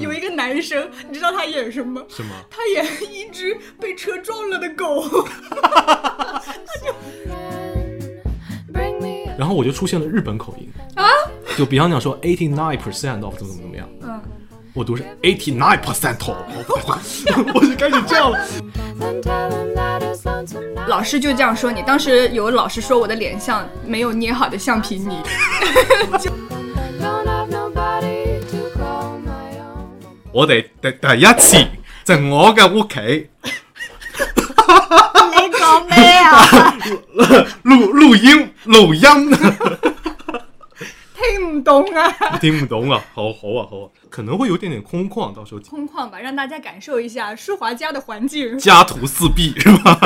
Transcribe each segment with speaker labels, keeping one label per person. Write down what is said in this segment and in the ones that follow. Speaker 1: 有一个男生，你知道他演什么？
Speaker 2: 什么？
Speaker 1: 他演一只被车撞了的狗。
Speaker 2: 然后我就出现了日本口音啊，就比方讲说 eighty nine percent of 怎么怎么怎么样，
Speaker 1: 嗯，
Speaker 2: 我读是 eighty nine percent of，我就开始这样了。
Speaker 1: 老师就这样说你。当时有老师说我的脸像没有捏好的橡皮 泥。
Speaker 2: 我哋第第一次就我嘅屋企
Speaker 3: 你講咩啊？
Speaker 2: 錄錄音 錄音，
Speaker 1: 听不懂啊，
Speaker 2: 听不懂啊，好好啊好啊，可能会有点点空旷，到时候
Speaker 1: 空旷吧，让大家感受一下舒华家的环境，
Speaker 2: 家徒四壁是吧？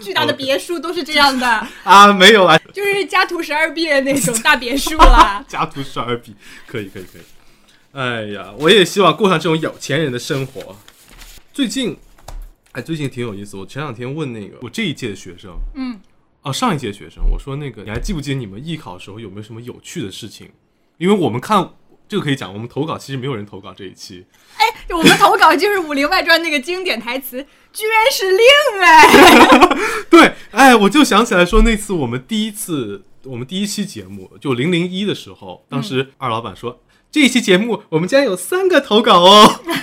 Speaker 1: 巨大的别墅都是这样 的，
Speaker 2: 啊，没有啦，。
Speaker 1: 就是家徒十二壁的那种大别墅啦
Speaker 2: 家徒十二壁，可以可以可以。哎呀，我也希望过上这种有钱人的生活。最近，哎，最近挺有意思。我前两天问那个我这一届的学生，
Speaker 1: 嗯，
Speaker 2: 啊，上一届学生，我说那个你还记不记得你们艺考时候有没有什么有趣的事情？因为我们看这个可以讲，我们投稿其实没有人投稿这一期，
Speaker 1: 就我们投稿就是《武林外传》那个经典台词，居然是令哎，
Speaker 2: 对，哎，我就想起来说那次我们第一次，我们第一期节目就零零一的时候，当时
Speaker 1: 嗯
Speaker 2: 二老板说。这一期节目我们将有三个投稿哦，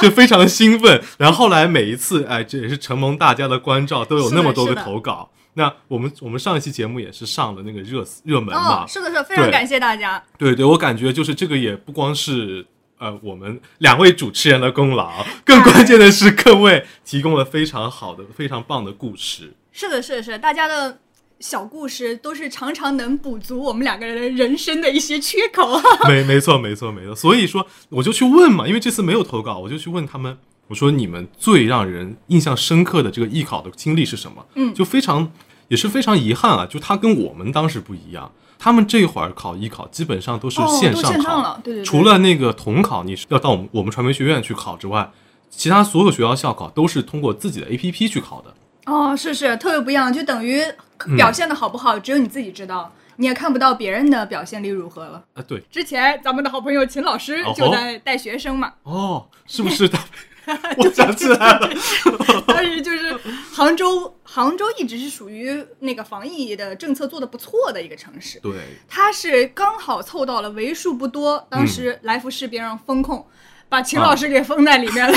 Speaker 2: 就非常兴奋。然后后来每一次，哎，这也是承蒙大家的关照，都有
Speaker 1: 是的
Speaker 2: 那么多
Speaker 1: 是
Speaker 2: 个
Speaker 1: 的
Speaker 2: 投稿。那我们我们上一期节目也是上了那个热热门
Speaker 1: 哦，
Speaker 2: 嘛，
Speaker 1: 是的，是的，非常
Speaker 2: 对
Speaker 1: 感谢大家。
Speaker 2: 对对，我感觉就是这个也不光是呃我们两位主持人的功劳，
Speaker 1: 哎
Speaker 2: 更关键的是各位提供了非常好的、非常棒的故事。
Speaker 1: 是的，是的，是的，大家的小故事都是常常能补足我们两个人人生的一些缺口。
Speaker 2: 没没错没错没错，所以说我就去问嘛，因为这次没有投稿，我就去问他们，我说你们最让人印象深刻的这个艺考的经历是什么？
Speaker 1: 嗯
Speaker 2: 就非常也是非常遗憾啊，就他跟我们当时不一样，他们这会儿考艺考基本上都是
Speaker 1: 哦
Speaker 2: 线
Speaker 1: 都
Speaker 2: 上
Speaker 1: 线
Speaker 2: 考，
Speaker 1: 上了对对对
Speaker 2: 除了那个统考你是要到我们我们传媒学院去考之外，其他所有学校校考都是通过自己的 APP 去考的。
Speaker 1: 哦，是是，特别不一样，就等于
Speaker 2: 嗯
Speaker 1: 表现的好不好，只有你自己知道，你也看不到别人的表现力如何了。
Speaker 2: 啊，对，
Speaker 1: 之前咱们的好朋友秦老师
Speaker 2: 哦吼
Speaker 1: 就在带学生嘛，
Speaker 2: 哦，是不是他？ 我想起来了，
Speaker 1: 当时就是杭州，杭州一直是属于那个防疫的政策做得不错的一个城市，
Speaker 2: 对，
Speaker 1: 他是刚好凑到了为数不多，当时来福士边上封控，把秦老师给封在里面了。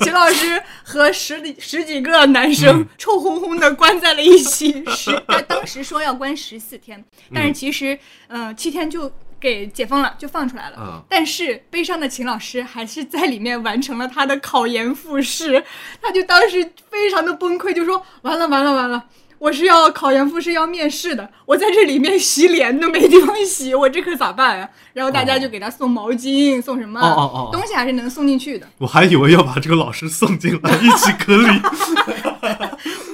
Speaker 1: 秦老师和十几十几个男生臭烘烘的关在了一起，十他当时说要关十四天，但是其实嗯、呃七天就。给解封了，就放出来了。
Speaker 2: 嗯
Speaker 1: 但是悲伤的秦老师还是在里面完成了他的考研复试， 他就当时非常的崩溃，就说：“完了完了完了，我是要考研复试要面试的，我在这里面洗脸都没地方洗，我这可咋办啊？”然后大家就给他送毛巾，送什么啊
Speaker 2: 哦哦哦哦
Speaker 1: 东西，还是能送进去的。
Speaker 2: 我还以为要把这个老师送进来一起隔离。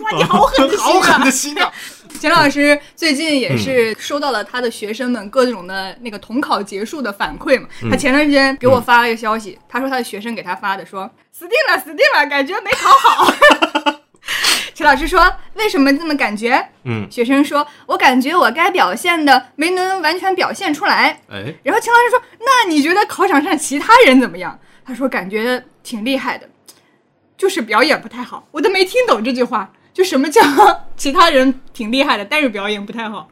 Speaker 1: 哇， 你好狠的心
Speaker 2: 好狠
Speaker 1: 啊
Speaker 2: 的！心 啊！
Speaker 1: 钱老师最近也是收到了他的学生们各种的那个统考结束的反馈嘛。他前段时间给我发了一个消息，他说他的学生给他发的说死定了，死定了，感觉没考好。钱老师说：“为什么这么感觉？”
Speaker 2: 嗯，
Speaker 1: 学生说：“我感觉我该表现的没能完全表现出来。
Speaker 2: 哎”，
Speaker 1: 然后秦老师说：“那你觉得考场上其他人怎么样？”他说：“感觉挺厉害的，就是表演不太好。”我都没听懂这句话，就什么叫 其他人挺厉害的，但是表演不太好。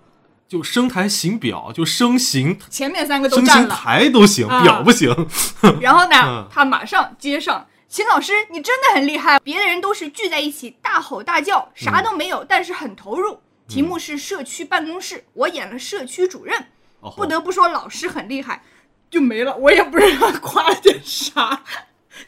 Speaker 2: 就声台形表，就声形
Speaker 1: 前面三个都
Speaker 2: 声
Speaker 1: 占
Speaker 2: 形
Speaker 1: 了，
Speaker 2: 台都行，
Speaker 1: 啊
Speaker 2: 表不行。
Speaker 1: 然后
Speaker 2: 嗯
Speaker 1: 呢，他马上接上。秦老师，你真的很厉害！啊别的人都是聚在一起大吼大叫，啥都没有，但是很投入。题目是社区办公室，我演了社区主任。
Speaker 2: 哦
Speaker 1: 不得不说老师很厉害，就没了。我也不知道夸了点啥，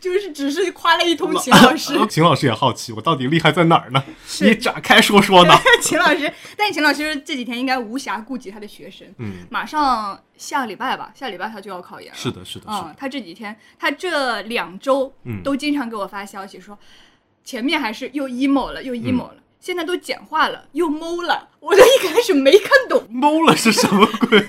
Speaker 1: 就是只是夸了一通秦老师，
Speaker 2: 呃 秦老师也好奇，我到底厉害在哪儿呢？
Speaker 1: 是
Speaker 2: 你展开说 说呢？
Speaker 1: 秦老师。但秦老师这几天应该无暇顾及他的学生，
Speaker 2: 嗯，
Speaker 1: 马上下礼拜吧，下礼拜他就要考研了。
Speaker 2: 是的，是的，是
Speaker 1: 嗯
Speaker 2: 的，，
Speaker 1: 他这几天，他这两周
Speaker 2: 嗯
Speaker 1: 都经常给我发消息说，前面还是又 emo 了，又 emo 了，现在都简化了，又懵了。我都一开始没看懂，
Speaker 2: 懵了是什么 鬼？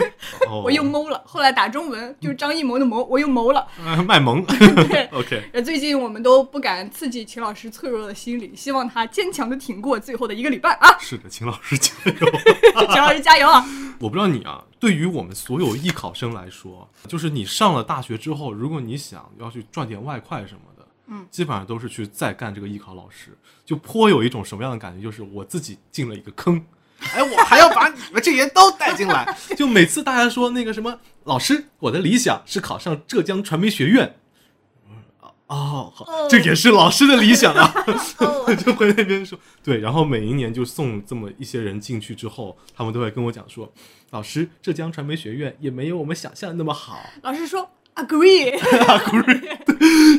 Speaker 2: 哦
Speaker 1: 我又懵了。后来打中文就是张艺谋的谋，我又谋了。
Speaker 2: 呃卖萌。
Speaker 1: 对
Speaker 2: OK，
Speaker 1: 呃，最近我们都不敢刺激秦老师脆弱的心理，希望他坚强的挺过最后的一个礼拜啊！
Speaker 2: 是的，秦老师加油。
Speaker 1: 秦老师加油啊！
Speaker 2: 我不知道你啊，对于我们所有艺考生来说，就是你上了大学之后，如果你想要去赚点外快什么的，
Speaker 1: 嗯
Speaker 2: 基本上都是去再干这个艺考老师，就颇有一种什么样的感觉？就是我自己进了一个坑，
Speaker 3: 哎，我还要把你们这些都带进来。
Speaker 2: 就每次大家说那个什么老师，我的理想是考上浙江传媒学院。哦，好，这也是老师的理想啊！ 就回那边说，对，然后每一年就送这么一些人进去之后，他们都会跟我讲说，老师，浙江传媒学院也没有我们想象的那么好，
Speaker 1: 老师说 agree，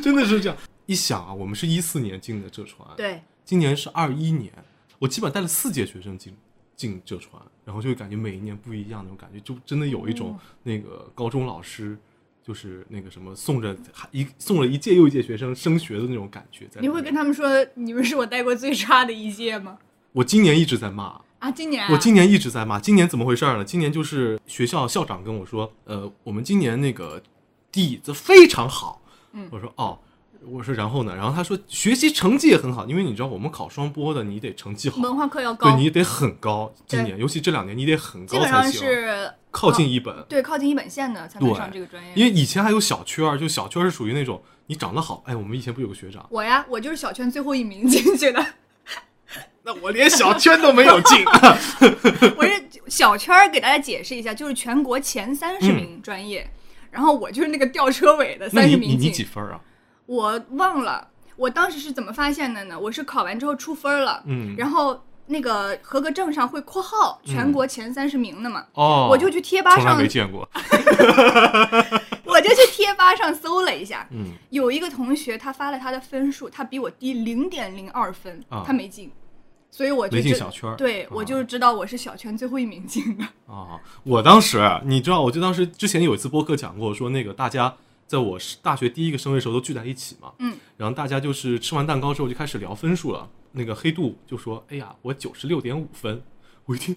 Speaker 2: 真的是这样。一想啊，我们是一四年进的浙传，，
Speaker 1: 对，
Speaker 2: 今年是二一年，我基本带了四届学生进进浙传，然后就感觉每一年不一样那种感觉，就真的有一
Speaker 1: 嗯
Speaker 2: 种那个高中老师。就是那个什么送着一送了一届又一届学生升学的那种感觉在里面。
Speaker 1: 你会跟他们说你们是我带过最差的一届吗？
Speaker 2: 我今年一直在骂，
Speaker 1: 啊，今年、啊、
Speaker 2: 我今年一直在骂，今年怎么回事儿呢？今年就是学校校长跟我说，呃，我们今年那个底子非常好。
Speaker 1: 嗯
Speaker 2: 我说哦，我说然后呢？然后他说学习成绩也很好，因为你知道我们考双播的，你得成绩好，
Speaker 1: 文化课要高
Speaker 2: 对，你得很高。今
Speaker 1: 对
Speaker 2: 年尤其这两年，你得很
Speaker 1: 基
Speaker 2: 高
Speaker 1: 本上
Speaker 2: 才行，
Speaker 1: 是
Speaker 2: 靠近一本。
Speaker 1: 对靠近一本线的才能
Speaker 2: 对
Speaker 1: 上这个专业。
Speaker 2: 因为以前还有小圈儿，就小圈儿是属于那种你长得好，哎，我们以前不有个学长，
Speaker 1: 我呀，我就是小圈最后一名进去的，
Speaker 2: 那我连小圈都没有进，
Speaker 1: 我是小圈儿，给大家解释一下，就是全国前三十名专业，然后我就是那个吊车尾的
Speaker 2: 嗯那
Speaker 1: 三
Speaker 2: 你
Speaker 1: 十
Speaker 2: 你
Speaker 1: 名
Speaker 2: 你
Speaker 1: 进。
Speaker 2: 几分儿啊？
Speaker 1: 我忘了，我当时是怎么发现的呢？我是考完之后出分儿了，
Speaker 2: 嗯
Speaker 1: 然后那个合格证上会括号全国前三十名的嘛，
Speaker 2: 哦，
Speaker 1: 我就去贴吧
Speaker 2: 从来
Speaker 1: 上
Speaker 2: 没，见过，
Speaker 1: 我就去贴吧上搜了一下，
Speaker 2: 嗯，
Speaker 1: 有一个同学他发了他的分数，他比我低零点零二分，
Speaker 2: 啊
Speaker 1: 他没进，所以我就
Speaker 2: 没进
Speaker 1: 知
Speaker 2: 小圈儿
Speaker 1: 呃对、
Speaker 2: 啊
Speaker 1: 我就知道我是小圈最后一名进的。
Speaker 2: 啊，我当时你知道，我就当时之前有一次播客讲过，说那个大家在我是大学第一个生日的时候都聚在一起嘛，
Speaker 1: 嗯，
Speaker 2: 然后大家就是吃完蛋糕之后就开始聊分数了。那个黑度就说：“哎呀，我九十六点五分。”我一听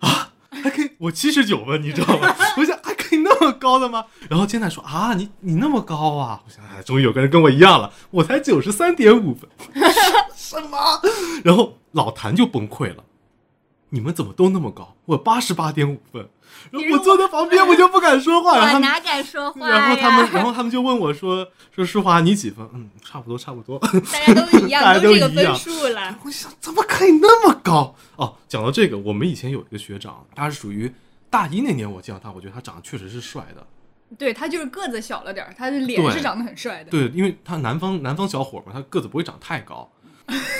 Speaker 2: 啊，还可以，我七十九分，你知道吗？ 我想还可以那么高的吗？然后金娜说：“啊，你你那么高啊！”我想，哎，终于有个人跟我一样了，我才九十三点五分， 什么？然后老谭就崩溃了。你们怎么都那么高？我八十八点五分，然后我坐在旁边我就不敢说话，然后他们
Speaker 1: 敢说
Speaker 2: 然后他 们，然后他们就问我说：“说淑华，你几分？”嗯，差不多，差不多。
Speaker 1: 大家都一
Speaker 2: 大家
Speaker 1: 样，
Speaker 2: 都
Speaker 1: 这个
Speaker 2: 一样
Speaker 1: 分数了。
Speaker 2: 我想，怎么可以那么高？哦，讲到这个，我们以前有一个学长，他是属于大一那年我见到他，我觉得他长得确实是帅的。
Speaker 1: 对他就是个子小了点儿，他的脸
Speaker 2: 对
Speaker 1: 是长得很帅的。
Speaker 2: 对，因为他南方南方小伙嘛，他个子不会长太高。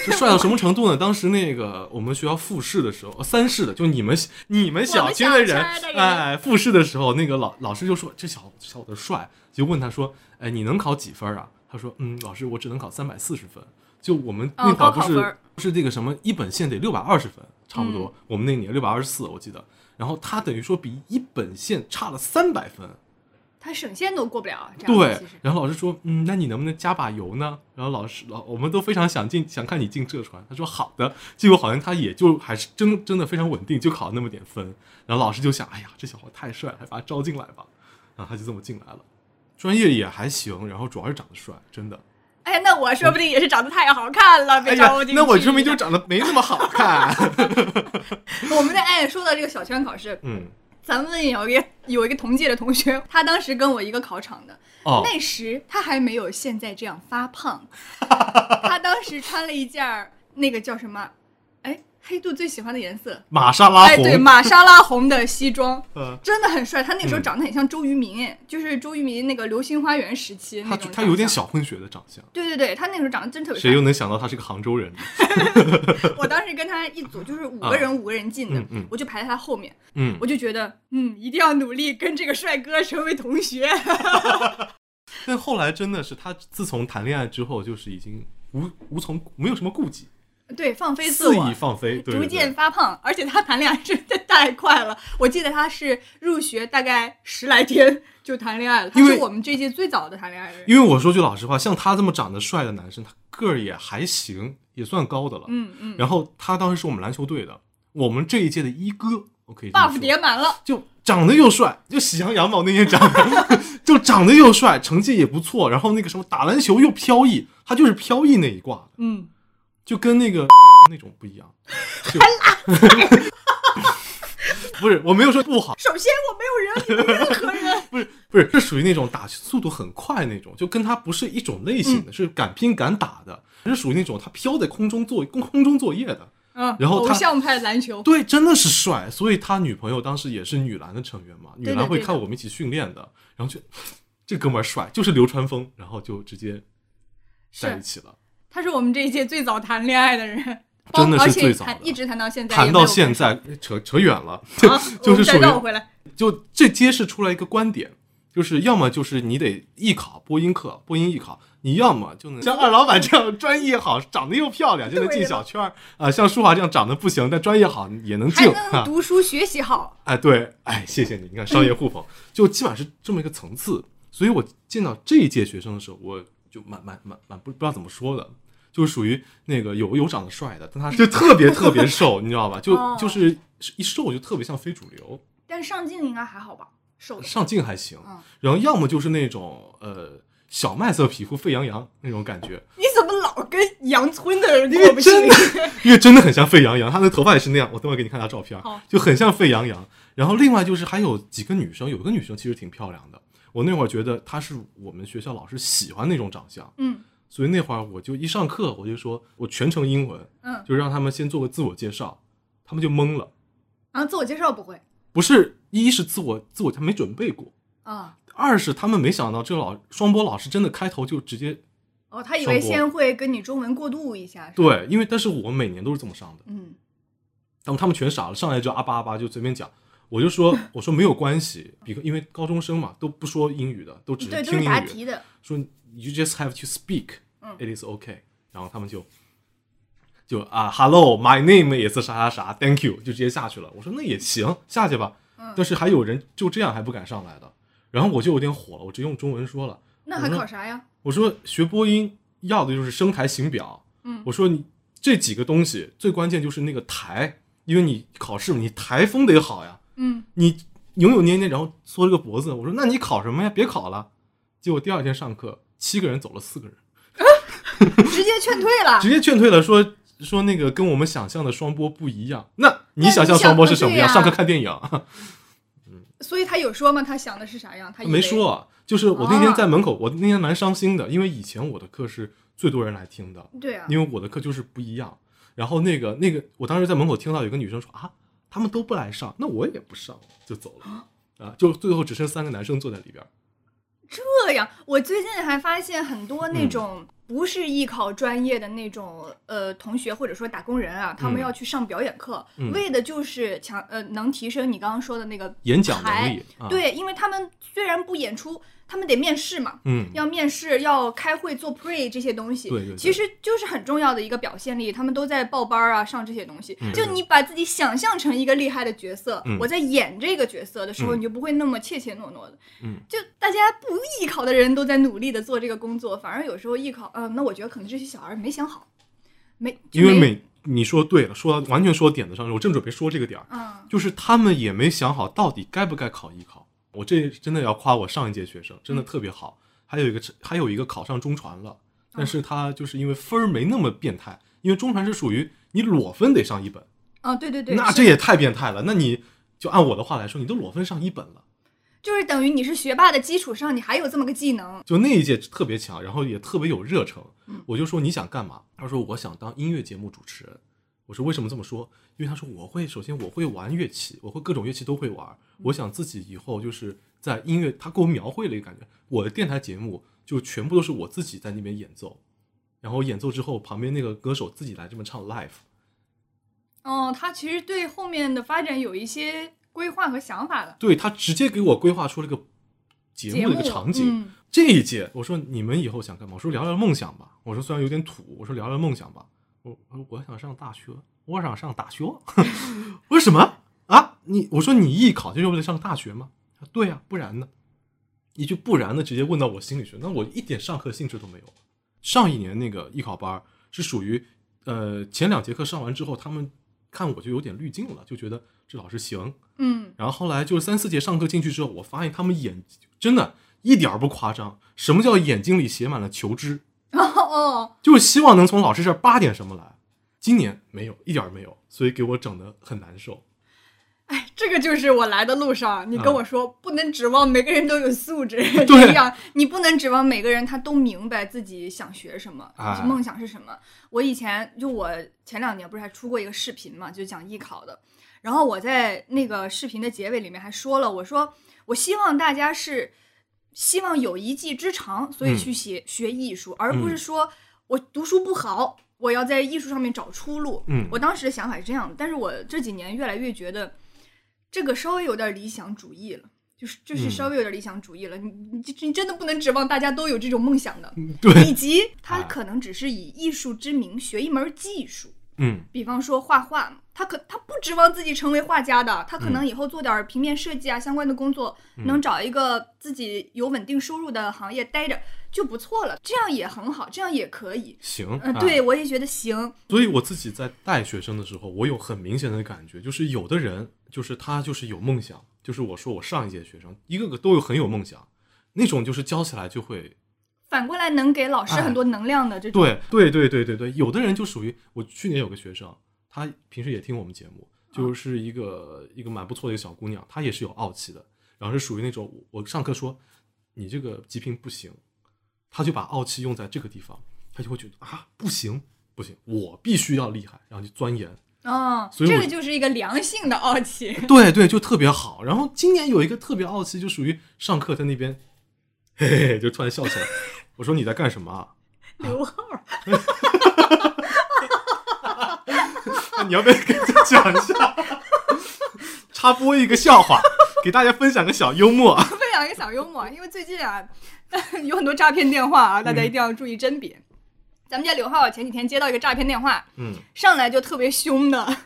Speaker 2: 就帅到什么程度呢？当时那个我们学校复试的时候，呃三试的，就你们你们小区的
Speaker 1: 我
Speaker 2: 人
Speaker 1: 们小，区的人
Speaker 2: 哎，复试的时候，那个老老师就说这小小伙子帅，就问他说，哎，你能考几分啊？他说，嗯，老师，我只能考三百四十分。就我们那
Speaker 1: 哦
Speaker 2: 会儿
Speaker 1: 高
Speaker 2: 不
Speaker 1: 考
Speaker 2: 是、
Speaker 1: 分儿嗯
Speaker 2: 不是那个什么一本线得六百二十分，差不多，我们那年六百二十四我记得。然后他等于说比一本线差了三百分，
Speaker 1: 他省线都过不了，这样
Speaker 2: 对
Speaker 1: 子其实，
Speaker 2: 然后老师说，嗯，那你能不能加把油呢？然后老师老我们都非常想进，想看你进浙传。他说好的，结果好像他也就还是真真的非常稳定，就考了那么点分。然后老师就想，哎呀，这小伙太帅了，还把他招进来吧。然后他就这么进来了，专业也还行，然后主要是长得帅，真的。
Speaker 1: 哎呀，那我说不定也是长得太好看了，
Speaker 2: 哎
Speaker 1: 被
Speaker 2: 呀
Speaker 1: 招进，去。
Speaker 2: 那我说明就长得没那么好 看。
Speaker 1: 我们的哎，说到这个小圈考试，
Speaker 2: 嗯，
Speaker 1: 咱们有一个有一个同届的同学，他当时跟我一个考场的，
Speaker 2: 哦，
Speaker 1: 那时他还没有现在这样发 胖，他当时穿了一件儿那个叫什么？哎，黑度最喜欢的颜色，
Speaker 2: 玛莎拉
Speaker 1: 哎，
Speaker 2: 红，
Speaker 1: 对，玛莎拉红的西装，
Speaker 2: 呃，
Speaker 1: 真的很帅。他那时候长得很像周渝民，哎，就是周渝民那个《流星花园》时期那
Speaker 2: 他
Speaker 1: 种。
Speaker 2: 他有点。小混血的长相，
Speaker 1: 对对对，他那时候长得真特别
Speaker 2: 谁
Speaker 1: 帅
Speaker 2: 又。能想到他是个杭州人呢？
Speaker 1: 我当时跟他一组，就是五
Speaker 2: 啊
Speaker 1: 个人，五个人进的
Speaker 2: 嗯嗯，
Speaker 1: 我就排在他后面，
Speaker 2: 嗯
Speaker 1: 我，就觉得，嗯，一定要努力跟这个帅哥成为同学。
Speaker 2: 但后来真的是他自从谈恋爱之后，就是已经无无从没有什么顾忌，
Speaker 1: 对，放飞自
Speaker 2: 肆
Speaker 1: 我
Speaker 2: 意。放飞，对
Speaker 1: 逐
Speaker 2: 对
Speaker 1: 渐
Speaker 2: 对。
Speaker 1: 发胖，而且他谈恋爱真的太快了。我记得他是入学大概十来天 就谈恋爱了，他
Speaker 2: 因为
Speaker 1: 是我们这届最早的谈恋爱的人。
Speaker 2: 因为我说句老实话，像他这么长得帅的男生，他个儿也还行，也算高的了。
Speaker 1: 嗯嗯
Speaker 2: 然后他当时是我们篮球队的，我们这一届的一哥，我可以这么
Speaker 1: ，buff
Speaker 2: 说
Speaker 1: 叠满了，
Speaker 2: 就长得又帅，就喜羊羊嘛，我那天讲的，就长得 又帅，成绩也不错，然后那个什么打篮球又飘逸，他就是飘逸那一挂的，
Speaker 1: 嗯，
Speaker 2: 就跟那个那种不一样。就 不是，我没有说不好，
Speaker 1: 首先我没有惹你们任何 人，
Speaker 2: 不是不是，是属于那种打速度很快那种，就跟他不是一种类型
Speaker 1: 嗯
Speaker 2: 的，是敢拼敢打的，是属于那种他飘在空中做空空中作业的。
Speaker 1: 嗯，
Speaker 2: 然后
Speaker 1: 偶
Speaker 2: 他
Speaker 1: 像派篮球，
Speaker 2: 对，真的是帅，所以他女朋友当时也是女篮的成员嘛，女
Speaker 1: 对
Speaker 2: 篮
Speaker 1: 的
Speaker 2: 会
Speaker 1: 对
Speaker 2: 看
Speaker 1: 的
Speaker 2: 我们一起训练的，然后就这哥们儿帅，就是流川枫，然后就直接在一
Speaker 1: 是
Speaker 2: 起了。
Speaker 1: 他是我们这一届最早谈恋爱的人，包
Speaker 2: 真的
Speaker 1: 而
Speaker 2: 是
Speaker 1: 且
Speaker 2: 最早
Speaker 1: 谈
Speaker 2: 的
Speaker 1: 一直谈到现在也没
Speaker 2: 谈
Speaker 1: 有
Speaker 2: 到
Speaker 1: 分手，
Speaker 2: 现在，扯扯远了，
Speaker 1: 啊，
Speaker 2: 就
Speaker 1: 我们
Speaker 2: 是
Speaker 1: 再
Speaker 2: 属于
Speaker 1: 绕回来，
Speaker 2: 就这揭示出来一个观点，就是要么就是你得艺考播音课，播音艺考，你要么就能像二老板这样专业好，长得又漂亮就能进小圈儿啊、像舒华这样长得不行但专业好也能
Speaker 1: 还
Speaker 2: 进
Speaker 1: 能
Speaker 2: 啊。
Speaker 1: 读书学习好，
Speaker 2: 哎，对，哎，谢谢你，你看商业互捧，就基本上是这么一个层次。所以我见到这一届学生的时候，我就蛮蛮蛮蛮不不知道怎么说的，就是属于那个有有长得帅的，但他就特别特别瘦，你知道吧？就
Speaker 1: 哦
Speaker 2: 就是一瘦就特别像非主流。
Speaker 1: 但上镜应该还好吧，瘦的
Speaker 2: 上镜还行
Speaker 1: 嗯，
Speaker 2: 然后要么就是那种呃小麦色皮肤沸羊羊那种感觉，
Speaker 1: 你怎么老跟阳春的人
Speaker 2: 因
Speaker 1: 过
Speaker 2: 为
Speaker 1: 不去？
Speaker 2: 真的，因为真的很像沸羊羊，她的头发也是那样，我等会儿给你看她照片啊
Speaker 1: 好，
Speaker 2: 就很像沸羊羊。然后另外就是还有几个女生，有个女生其实挺漂亮的，我那会儿觉得她是我们学校老师喜欢那种长相，
Speaker 1: 嗯
Speaker 2: 所以那会儿我就一上课我就说我全程英文，
Speaker 1: 嗯，
Speaker 2: 就让他们先做个自我介绍，他们就懵了，
Speaker 1: 然后自我介绍不会
Speaker 2: 不是一是自我自我他没准备过。
Speaker 1: 啊，
Speaker 2: 二是他们没想到这个老双波老师真的开头就直接
Speaker 1: 哦，他以为
Speaker 2: 上播
Speaker 1: 先会跟你中文过渡一下，是吧，
Speaker 2: 对，因为但是我每年都是这么上的，
Speaker 1: 嗯
Speaker 2: 然后他们全傻了，上来就啊吧啊吧就随便讲，我就说我说没有关系，比个因为高中生嘛都不说英语的，都只
Speaker 1: 对，都
Speaker 2: 听
Speaker 1: 是
Speaker 2: 英
Speaker 1: 答
Speaker 2: 语，
Speaker 1: 题的，
Speaker 2: 说 you just have to speak，it、
Speaker 1: 嗯
Speaker 2: is okay，然后他们就就啊 hello，my name 也是啥啥啥，thank you 就直接下去了，我说那也行，下去吧，
Speaker 1: 嗯
Speaker 2: 但是还有人就这样还不敢上来的，然后我就有点火了，我直接用中文说了。
Speaker 1: 那还考啥呀？
Speaker 2: 我说学播音要的就是声台形表，
Speaker 1: 嗯
Speaker 2: 我说你这几个东西最关键就是那个台，因为你考试你台风得好呀，
Speaker 1: 嗯，
Speaker 2: 你扭扭捏捏然后缩着个脖子，我说那你考什么呀？别考了。结果第二天上课，七个人走了四个人，
Speaker 1: 嗯直接劝退了
Speaker 2: 直。接劝退了说，说那个跟我们想象的双播不一样。那你
Speaker 1: 那
Speaker 2: 想
Speaker 1: 你想
Speaker 2: 象双播
Speaker 1: 的
Speaker 2: 是什么
Speaker 1: 对
Speaker 2: 样？
Speaker 1: 呀
Speaker 2: 上课看电影。
Speaker 1: 所以他有说吗？他想的是啥样？他以为
Speaker 2: 没说，啊，就是我那天在门口，我那天蛮伤心的，因为以前我的课是最多人来听的，
Speaker 1: 对啊，
Speaker 2: 因为我的课就是不一样。然后那个那个，我当时在门口听到有个女生说啊，他们都不来上，那我也不上，就走了。啊，就最后只剩三个男生坐在里边儿。
Speaker 1: 这样。我最近还发现很多
Speaker 2: 嗯
Speaker 1: 那种不是艺考专业的那种呃同学或者说打工人啊，他们
Speaker 2: 嗯
Speaker 1: 要去上表演课，
Speaker 2: 嗯
Speaker 1: 为的就是强呃能提升你刚刚说的那个
Speaker 2: 演讲能
Speaker 1: 才
Speaker 2: 力，啊、，
Speaker 1: 对，因为他们虽然不演出，他们得面试嘛，
Speaker 2: 嗯，
Speaker 1: 要面试，要开会做 pre 这些东西，
Speaker 2: 对对对
Speaker 1: 其实就是很重要的一个表现力。他们都在报班儿啊，上这些东西。
Speaker 2: 嗯
Speaker 1: 就你把自己想象成一个厉害的角色，
Speaker 2: 嗯
Speaker 1: 我在演这个角色的时候，
Speaker 2: 嗯
Speaker 1: 你就不会那么怯怯懦懦的。
Speaker 2: 嗯，
Speaker 1: 就大家不艺考的人都在努力的做这个工作，反而有时候艺考，嗯、那我觉得可能这些小孩儿没想好，没就
Speaker 2: 因为
Speaker 1: 没
Speaker 2: 每你说对了，说到完全说到点子上了，我正准备说这个点儿，
Speaker 1: 嗯
Speaker 2: 就是他们也没想好到底该不该考艺考。我这真的要夸我上一届学生，真
Speaker 1: 嗯
Speaker 2: 的特别好。还有一个还有一个考上中传
Speaker 1: 啊
Speaker 2: 了，但是他就是因为分儿没那么变态，因为中传是属于你裸分得上一本，
Speaker 1: 啊，对对对，
Speaker 2: 那
Speaker 1: 是
Speaker 2: 这也太变态了。那你就按我的话来说，你都裸分上一本了。
Speaker 1: 就是等于你是学霸的基础上，你还有这么个技能，
Speaker 2: 就那一届特别强，然后也特别有热忱。
Speaker 1: 嗯
Speaker 2: 我就说你想干嘛？他说我想当音乐节目主持人。我说为什么这么说？因为他说我会首先我会玩乐器，我会各种乐器都会玩。
Speaker 1: 嗯
Speaker 2: 我想自己以后就是在音乐，他给我描绘了一个感觉，我的电台节目就全部都是我自己在那边演奏，然后演奏之后旁边那个歌手自己来这么唱 live。
Speaker 1: 哦，他其实对后面的发展有一些规划和想法的。
Speaker 2: 对他直接给我规划出了个节目的一个场景。
Speaker 1: 嗯
Speaker 2: 这一届，我说你们以后想干嘛？我说聊聊梦想吧。我说虽然有点土，我说聊聊梦想吧。我我说我想上大学，我想上大学。 我说什么啊？你我说你艺考就是为了上大学吗？他说对呀、不然呢？一句不然呢，直接问到我心里去。那我一点上课兴致都没有。上一年那个艺考班儿是属于，呃，前两节课上完之后，他们看我就有点滤镜了，就觉得这老师行，
Speaker 1: 嗯，
Speaker 2: 然后后来就是三四节上课进去之后，我发现他们眼真的一点儿不夸张，什么叫眼睛里写满了求知，
Speaker 1: 哦哦，
Speaker 2: 就是希望能从老师这儿扒点什么来。今年没有，一点儿没有，所以给我整的很难受。
Speaker 1: 哎，这个就是我来的路上，你跟我说、不能指望每个人都有素 质，
Speaker 2: 对
Speaker 1: 这样你不能指望每个人他都明白自己想学什么，
Speaker 2: 哎
Speaker 1: 梦想是什么。我以前就我前两年不是还出过一个视频嘛，就讲艺考的，然后我在那个视频的结尾里面还说了，我说我希望大家是希望有一技之长，所以
Speaker 2: 嗯
Speaker 1: 去写、学艺术，而不是说我读书不好，我要在艺术上面找出路。
Speaker 2: 嗯
Speaker 1: 我当时的想法是这样的，但是我这几年越来越觉得这个稍微有点理想主义了。就是就是
Speaker 2: 嗯
Speaker 1: 稍微有点理想主义了，你你你你真的不能指望大家都有这种梦想的，
Speaker 2: 嗯对，
Speaker 1: 以及他
Speaker 2: 啊
Speaker 1: 可能只是以艺术之名学一门技术，
Speaker 2: 嗯
Speaker 1: 比方说画画，他可他不指望自己成为画家的，他可能
Speaker 2: 嗯
Speaker 1: 以后做点平面设计啊、相关的工作，能找一个自己有稳定收入的行业待着就不错了，这样也很好，这样也可以。
Speaker 2: 行，
Speaker 1: 嗯、
Speaker 2: 啊
Speaker 1: 对我也觉得行，
Speaker 2: 所以我自己在带学生的时候，我有很明显的感觉，就是有的人就是他就是有梦想，就是我说我上一届学生一个个都有很有梦想，那种就是教起来就会
Speaker 1: 反过来能给老师
Speaker 2: 哎
Speaker 1: 很多能量的这种。
Speaker 2: 对对对对对对，有的人就属于我去年有个学生，她平时也听我们节目，就是一个一个蛮不错的一个小姑娘，她也是有傲气的，然后是属于那种我我上课说你这个极品不行，她就把傲气用在这个地方，她就会觉得啊不行不行，我必须要厉害，然后就钻研。
Speaker 1: 嗯，
Speaker 2: 所以我
Speaker 1: 这个就是一个良性的傲气。
Speaker 2: 对对，就特别好。然后今年有一个特别傲气，就属于上课在那边，嘿嘿嘿，就突然笑起来。 我说你在干什么啊？
Speaker 1: 刘浩儿，
Speaker 2: 那你要不要给他讲一下？ 插播一个笑话，给大家分享个小幽默。
Speaker 1: 分享一个小幽默，因为最近啊 有很多诈骗电话啊，大
Speaker 2: 嗯
Speaker 1: 家一定要注意甄别。咱们家刘浩前几天接到一个诈骗电话，
Speaker 2: 嗯
Speaker 1: 上来就特别凶的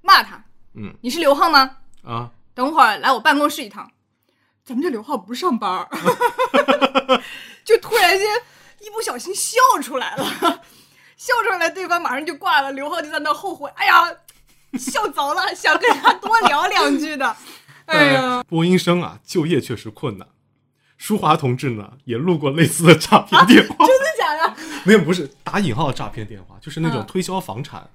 Speaker 1: 骂他
Speaker 2: 嗯：“
Speaker 1: 你是刘浩吗？
Speaker 2: 啊，
Speaker 1: 等会儿来我办公室一趟。”咱们家刘浩不上班儿， 就突然间一不小心笑出来了，笑出来，对方马上就挂了。刘浩就在那后悔：“哎呀，笑着了，想跟他多聊两句的。”哎呀，
Speaker 2: 呃，播音生啊，就业确实困难。舒华同志呢，也录过类似的诈骗电话，
Speaker 1: 真的假的？
Speaker 2: 啊没有不是打引号的诈骗电话，就是那种
Speaker 1: 嗯
Speaker 2: 推销房产、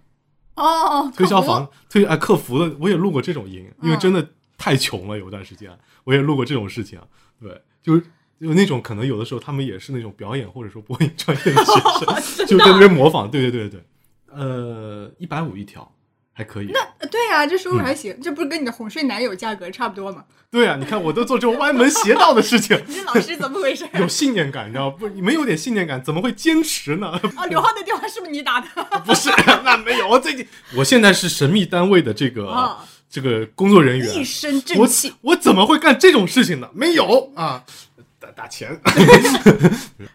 Speaker 1: 哦哦，
Speaker 2: 推销
Speaker 1: 客服嗯
Speaker 2: 房推哎客服的，我也录过这种音，因为真的太穷了，有段时间我也录过这种事情。对，就是有那种可能有的时候他们也是那种表演或者说播音专业的 学生，就在那
Speaker 1: 啊
Speaker 2: 边模仿。对对对对，呃，一百五一条还可以。
Speaker 1: 呃对呀、这收入还行，
Speaker 2: 嗯
Speaker 1: 这不是跟你的哄睡男友价格差不多吗？，
Speaker 2: 对啊，你看我都做这种歪门邪道的事情
Speaker 1: 你这老师怎么回事？
Speaker 2: 有信念感，你知道不？你没有点信念感，怎么会坚持呢？
Speaker 1: 啊，刘浩的电话是不是你打的？
Speaker 2: 不是，那没有。我最近我现在是神秘单位的这个、
Speaker 1: 哦
Speaker 2: 这个工作人员，
Speaker 1: 一身正
Speaker 2: 啊我
Speaker 1: 气。
Speaker 2: 我怎么会干这种事情呢？没有啊，打打钱。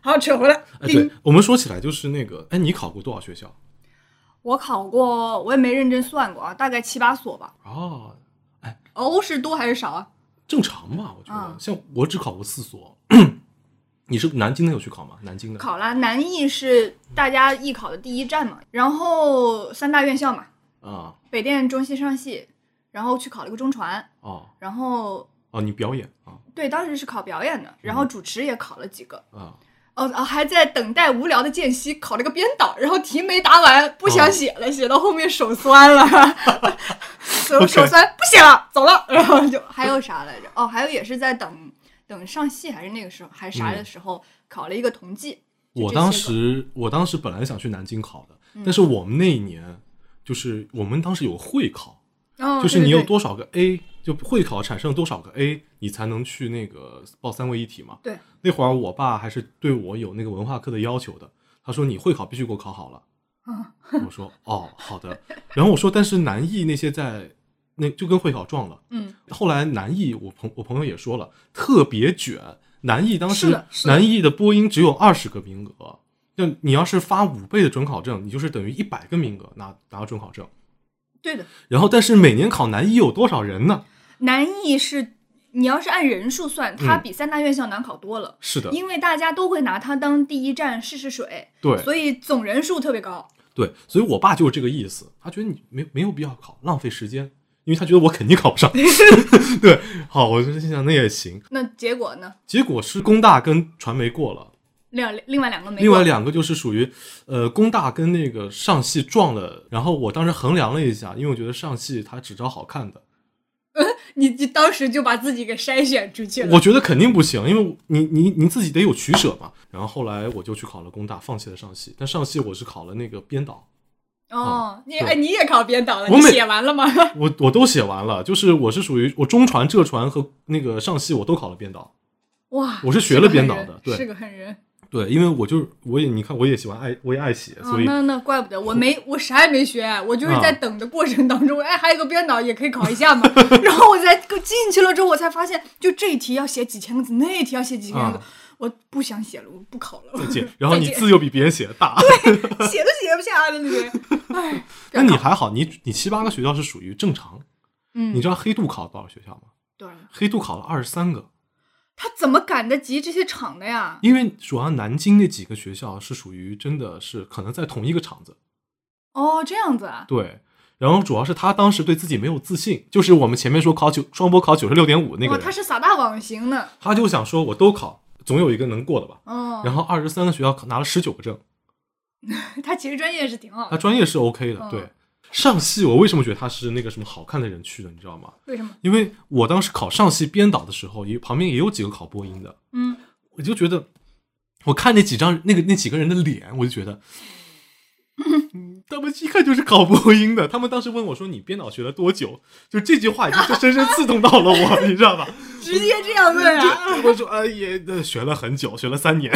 Speaker 1: 好，扯回来。嗯
Speaker 2: 哎，
Speaker 1: 叮
Speaker 2: 对，我们说起来就是那个，哎，你考过多少学校？
Speaker 1: 我考过，我也没认真算过啊，大概七八所吧。
Speaker 2: 哦，
Speaker 1: 哦，是多还是少啊？
Speaker 2: 正常吧，我觉得。
Speaker 1: 嗯
Speaker 2: 像我只考过四所。 你是南京的有去考吗？南京的
Speaker 1: 考啦，南艺是大家艺考的第一站嘛，然后三大院校嘛，
Speaker 2: 啊，
Speaker 1: 北电、中戏、上戏，然后去考了个中传，
Speaker 2: 哦
Speaker 1: 然后
Speaker 2: 哦，你表演啊
Speaker 1: 对，当时是考表演的，
Speaker 2: 嗯
Speaker 1: 然后主持也考了几个，
Speaker 2: 啊，
Speaker 1: 哦，哦还在等待无聊的间隙考了个编导，然后题没答完，不
Speaker 2: 哦
Speaker 1: 想写了，写到后面手酸 了，手
Speaker 2: OK
Speaker 1: 手酸不写了，走了，然后就还有啥来着？哦，还有也是在等等上戏还是那个时候还是啥的时候、考了一个同济，就
Speaker 2: 嗯我
Speaker 1: 这些嗯
Speaker 2: 当
Speaker 1: 个
Speaker 2: 时我当时本来想去南京考的，但是我们那一年就是我们当时有会考，
Speaker 1: 哦
Speaker 2: 就是
Speaker 1: 对对
Speaker 2: 你有
Speaker 1: 对
Speaker 2: 多少个 A，就会考产生多少个 A，你才能去那个报三位一体嘛。
Speaker 1: 对，
Speaker 2: 那会儿我爸还是对我有那个文化课的要求的，他说你会考必须给我考好了。我说哦好的，然后我说但是南艺那些在那就跟会考撞了。
Speaker 1: 嗯，
Speaker 2: 后来南艺我朋我朋友也说了特别卷，南艺当
Speaker 1: 是
Speaker 2: 时
Speaker 1: 的是的
Speaker 2: 南艺的播音只有二十个名额，那你要是发五倍的准考证，你就是等于一百个名额拿拿到准考证。
Speaker 1: 对的，
Speaker 2: 然后但是每年考南艺有多少人呢？
Speaker 1: 南艺是你要是按人数算，它
Speaker 2: 嗯
Speaker 1: 比三大院校难考多了，
Speaker 2: 是的，
Speaker 1: 因为大家都会拿它当第一站试试水，
Speaker 2: 对
Speaker 1: 所以总人数特别高。
Speaker 2: 对，所以我爸就是这个意思，他觉得你没没有必要考，浪费时间，因为他觉得我肯定考不上。 对，好，我就心想那也行。
Speaker 1: 那结果呢？
Speaker 2: 结果是工大跟传媒过了，
Speaker 1: 两另外两个没
Speaker 2: 另
Speaker 1: 过
Speaker 2: 外两个就是属于，呃，工大跟那个上戏撞了。然后我当时衡量了一下，因为我觉得上戏它只招好看的，
Speaker 1: 你你当时就把自己给筛选出去了。
Speaker 2: 我觉得肯定不行，因为你你你自己得有取舍嘛。然后后来我就去考了工大，放弃了上戏，但上戏我是考了那个编导，
Speaker 1: 哦，你
Speaker 2: 对
Speaker 1: 哎，你也考编导了，
Speaker 2: 啊我
Speaker 1: 你
Speaker 2: 每
Speaker 1: 写完了吗？
Speaker 2: 我我都写完了，就是我是属于我中传、浙传和那个上戏我都考了编导。
Speaker 1: 哇，
Speaker 2: 我是学
Speaker 1: 个
Speaker 2: 了
Speaker 1: 狠
Speaker 2: 编导的
Speaker 1: 人
Speaker 2: 对
Speaker 1: 是个狠人。
Speaker 2: 对，因为我就是我也你看我也喜欢爱我也爱写，
Speaker 1: 哦
Speaker 2: 所，以、啊
Speaker 1: 那那怪不得我没我啥也没学，啊我就是在等的过程当中，哎，还有个编导也可以考一下 嘛。然后我才进去了之后，我才发现，就这一题要写几千个字，那一题要写几千个字，
Speaker 2: 啊
Speaker 1: 我不想写了，我 不考了，
Speaker 2: 再见。然后你
Speaker 1: 再见
Speaker 2: 字又比别人写的 大，
Speaker 1: 写都写不下了，那边。 哎，
Speaker 2: 那你还好，你你七八个学校是属于正常。
Speaker 1: 嗯
Speaker 2: 你知道黑杜考了多少学校吗？
Speaker 1: 对了，
Speaker 2: 黑杜考了二十三个，
Speaker 1: 他怎么赶得及这些厂的呀？
Speaker 2: 因为主要南京那几个学校是属于真的是可能在同一个厂子，
Speaker 1: 哦，这样子啊，
Speaker 2: 对。然后主要是他当时对自己没有自信，就是我们前面说考九双博考九十六点五那个
Speaker 1: 哇，
Speaker 2: 人，
Speaker 1: 他是撒大网型的，
Speaker 2: 他就想说我都考，总有一个能过的吧。
Speaker 1: 哦，
Speaker 2: 然后二十三个学校考拿了十九个证，
Speaker 1: 嗯他其实专业是挺好
Speaker 2: 他
Speaker 1: 的，
Speaker 2: 专业是 OK 的
Speaker 1: 嗯。
Speaker 2: 对，上戏我为什么觉得他是那个什么好看的人去的，你知道吗？
Speaker 1: 为什么？
Speaker 2: 因为我当时考上戏编导的时候，也旁边也有几个考播音的，
Speaker 1: 嗯，
Speaker 2: 我就觉得，我看那几张那个那几个人的脸，我就觉得， 嗯，他们一看就是考播音的。他们当时问我说：“你编导学了多久？”就这句话已经就深深刺痛到了我，你知道吧？
Speaker 1: 直接这样
Speaker 2: 嗯
Speaker 1: 问啊？
Speaker 2: 我说：“哎也呃学了很久，学了 三年。”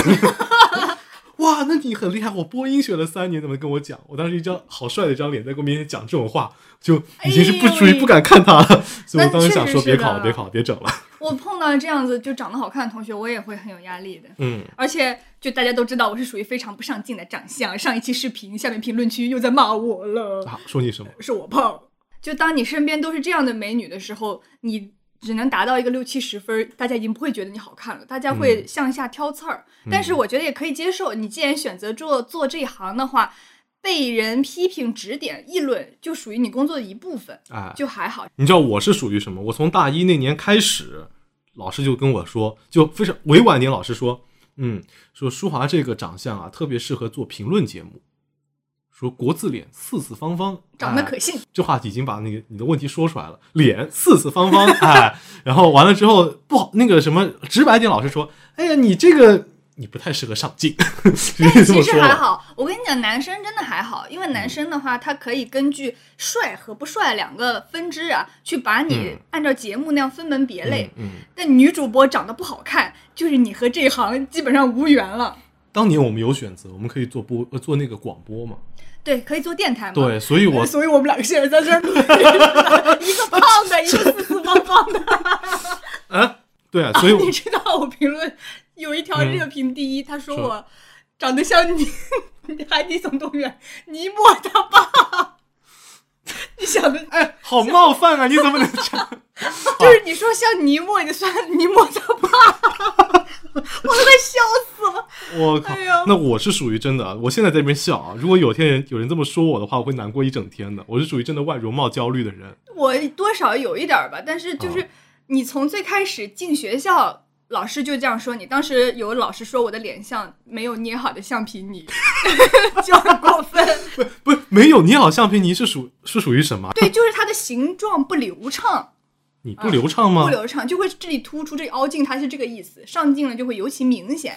Speaker 2: 哇，那你很厉害！我播音学了三年，怎么跟我讲？我当时一张好帅的一张脸在我面前讲这种话，就已经是不属
Speaker 1: 哎
Speaker 2: 于
Speaker 1: 呦
Speaker 2: 不敢看他了。 所以我
Speaker 1: 那
Speaker 2: 当时
Speaker 1: 确
Speaker 2: 想
Speaker 1: 实
Speaker 2: 说：“
Speaker 1: 是啊
Speaker 2: 别考了，
Speaker 1: 的
Speaker 2: 别考了，别整了。
Speaker 1: 我碰到这样子就长得好看的同学，我也会很有压力的”。
Speaker 2: 嗯，
Speaker 1: 而且，就大家都知道我是属于非常不上进的长相。上一期视频下面评论区又在骂我了，
Speaker 2: 啊，说你什么？
Speaker 1: 是我胖。就当你身边都是这样的美女的时候，你只能达到一个六七十分儿，大家已经不会觉得你好看了，大家会向下挑刺儿。但是我觉得也可以接受，你既然选择做做这一行的话，被人批评、指点、议论，就属于你工作的一部分，
Speaker 2: 哎，
Speaker 1: 就还好。
Speaker 2: 你知道我是属于什么？我从大一那年开始，老师就跟我说，就非常委婉点，老师说，嗯，说舒华这个长相啊，特别适合做评论节目，说国字脸四四方方，
Speaker 1: 长得
Speaker 2: 哎
Speaker 1: 可信，
Speaker 2: 这话已经把那个你的问题说出来了，脸四四 方方，哎，然后完了之后不好，那个什么直白点，老师说，哎呀，你这个你不太适合上镜， 直哎接这
Speaker 1: 哎其
Speaker 2: 么说嗯
Speaker 1: 实还
Speaker 2: 了，
Speaker 1: 好，我跟你讲，男生真的还好，因为男生的话，他可以根据帅和不帅两个分支啊，去把你
Speaker 2: 嗯
Speaker 1: 按照节目那样分门别类。
Speaker 2: 嗯。嗯
Speaker 1: 但女主播长得不好看，就是你和这一行基本上无缘了。
Speaker 2: 当年我们有选择，我们可以做播呃做那个广播嘛，
Speaker 1: 对，可以做电台嘛？
Speaker 2: 对，所以
Speaker 1: 呃。
Speaker 2: 我
Speaker 1: 所以我们两个现在在这儿 一个胖的，一个四四方方的。
Speaker 2: 啊，对啊，所以我
Speaker 1: 你知道我评论有一条
Speaker 2: 嗯
Speaker 1: 热评第一，他说
Speaker 2: 说
Speaker 1: 我长得像你海底总动员尼莫他爸。你想的
Speaker 2: 哎，啊好冒犯啊！你怎么能这样？
Speaker 1: 就是你说像尼莫，你算尼莫他爸， 我都快笑死了。
Speaker 2: 我靠
Speaker 1: 哎呦！
Speaker 2: 那我是属于真的，我现在在这边笑啊。如果有天人有人这么说我的话，我会难过一整天的。我是属于真的外容貌焦虑的人。
Speaker 1: 我多少有一点儿吧，但是
Speaker 2: 啊
Speaker 1: 就是你从最开始进学校，老师就这样说你。当时有老师说我的脸像没有捏好的橡皮泥， 就很过分。
Speaker 2: 不是没有你好橡皮泥是属是属于什么？
Speaker 1: 对，就是它的形状不流畅，
Speaker 2: 你
Speaker 1: 啊
Speaker 2: 不流畅吗？
Speaker 1: 不流畅就会这里突出，这里凹进，它是这个意思。上镜了就会尤其明显。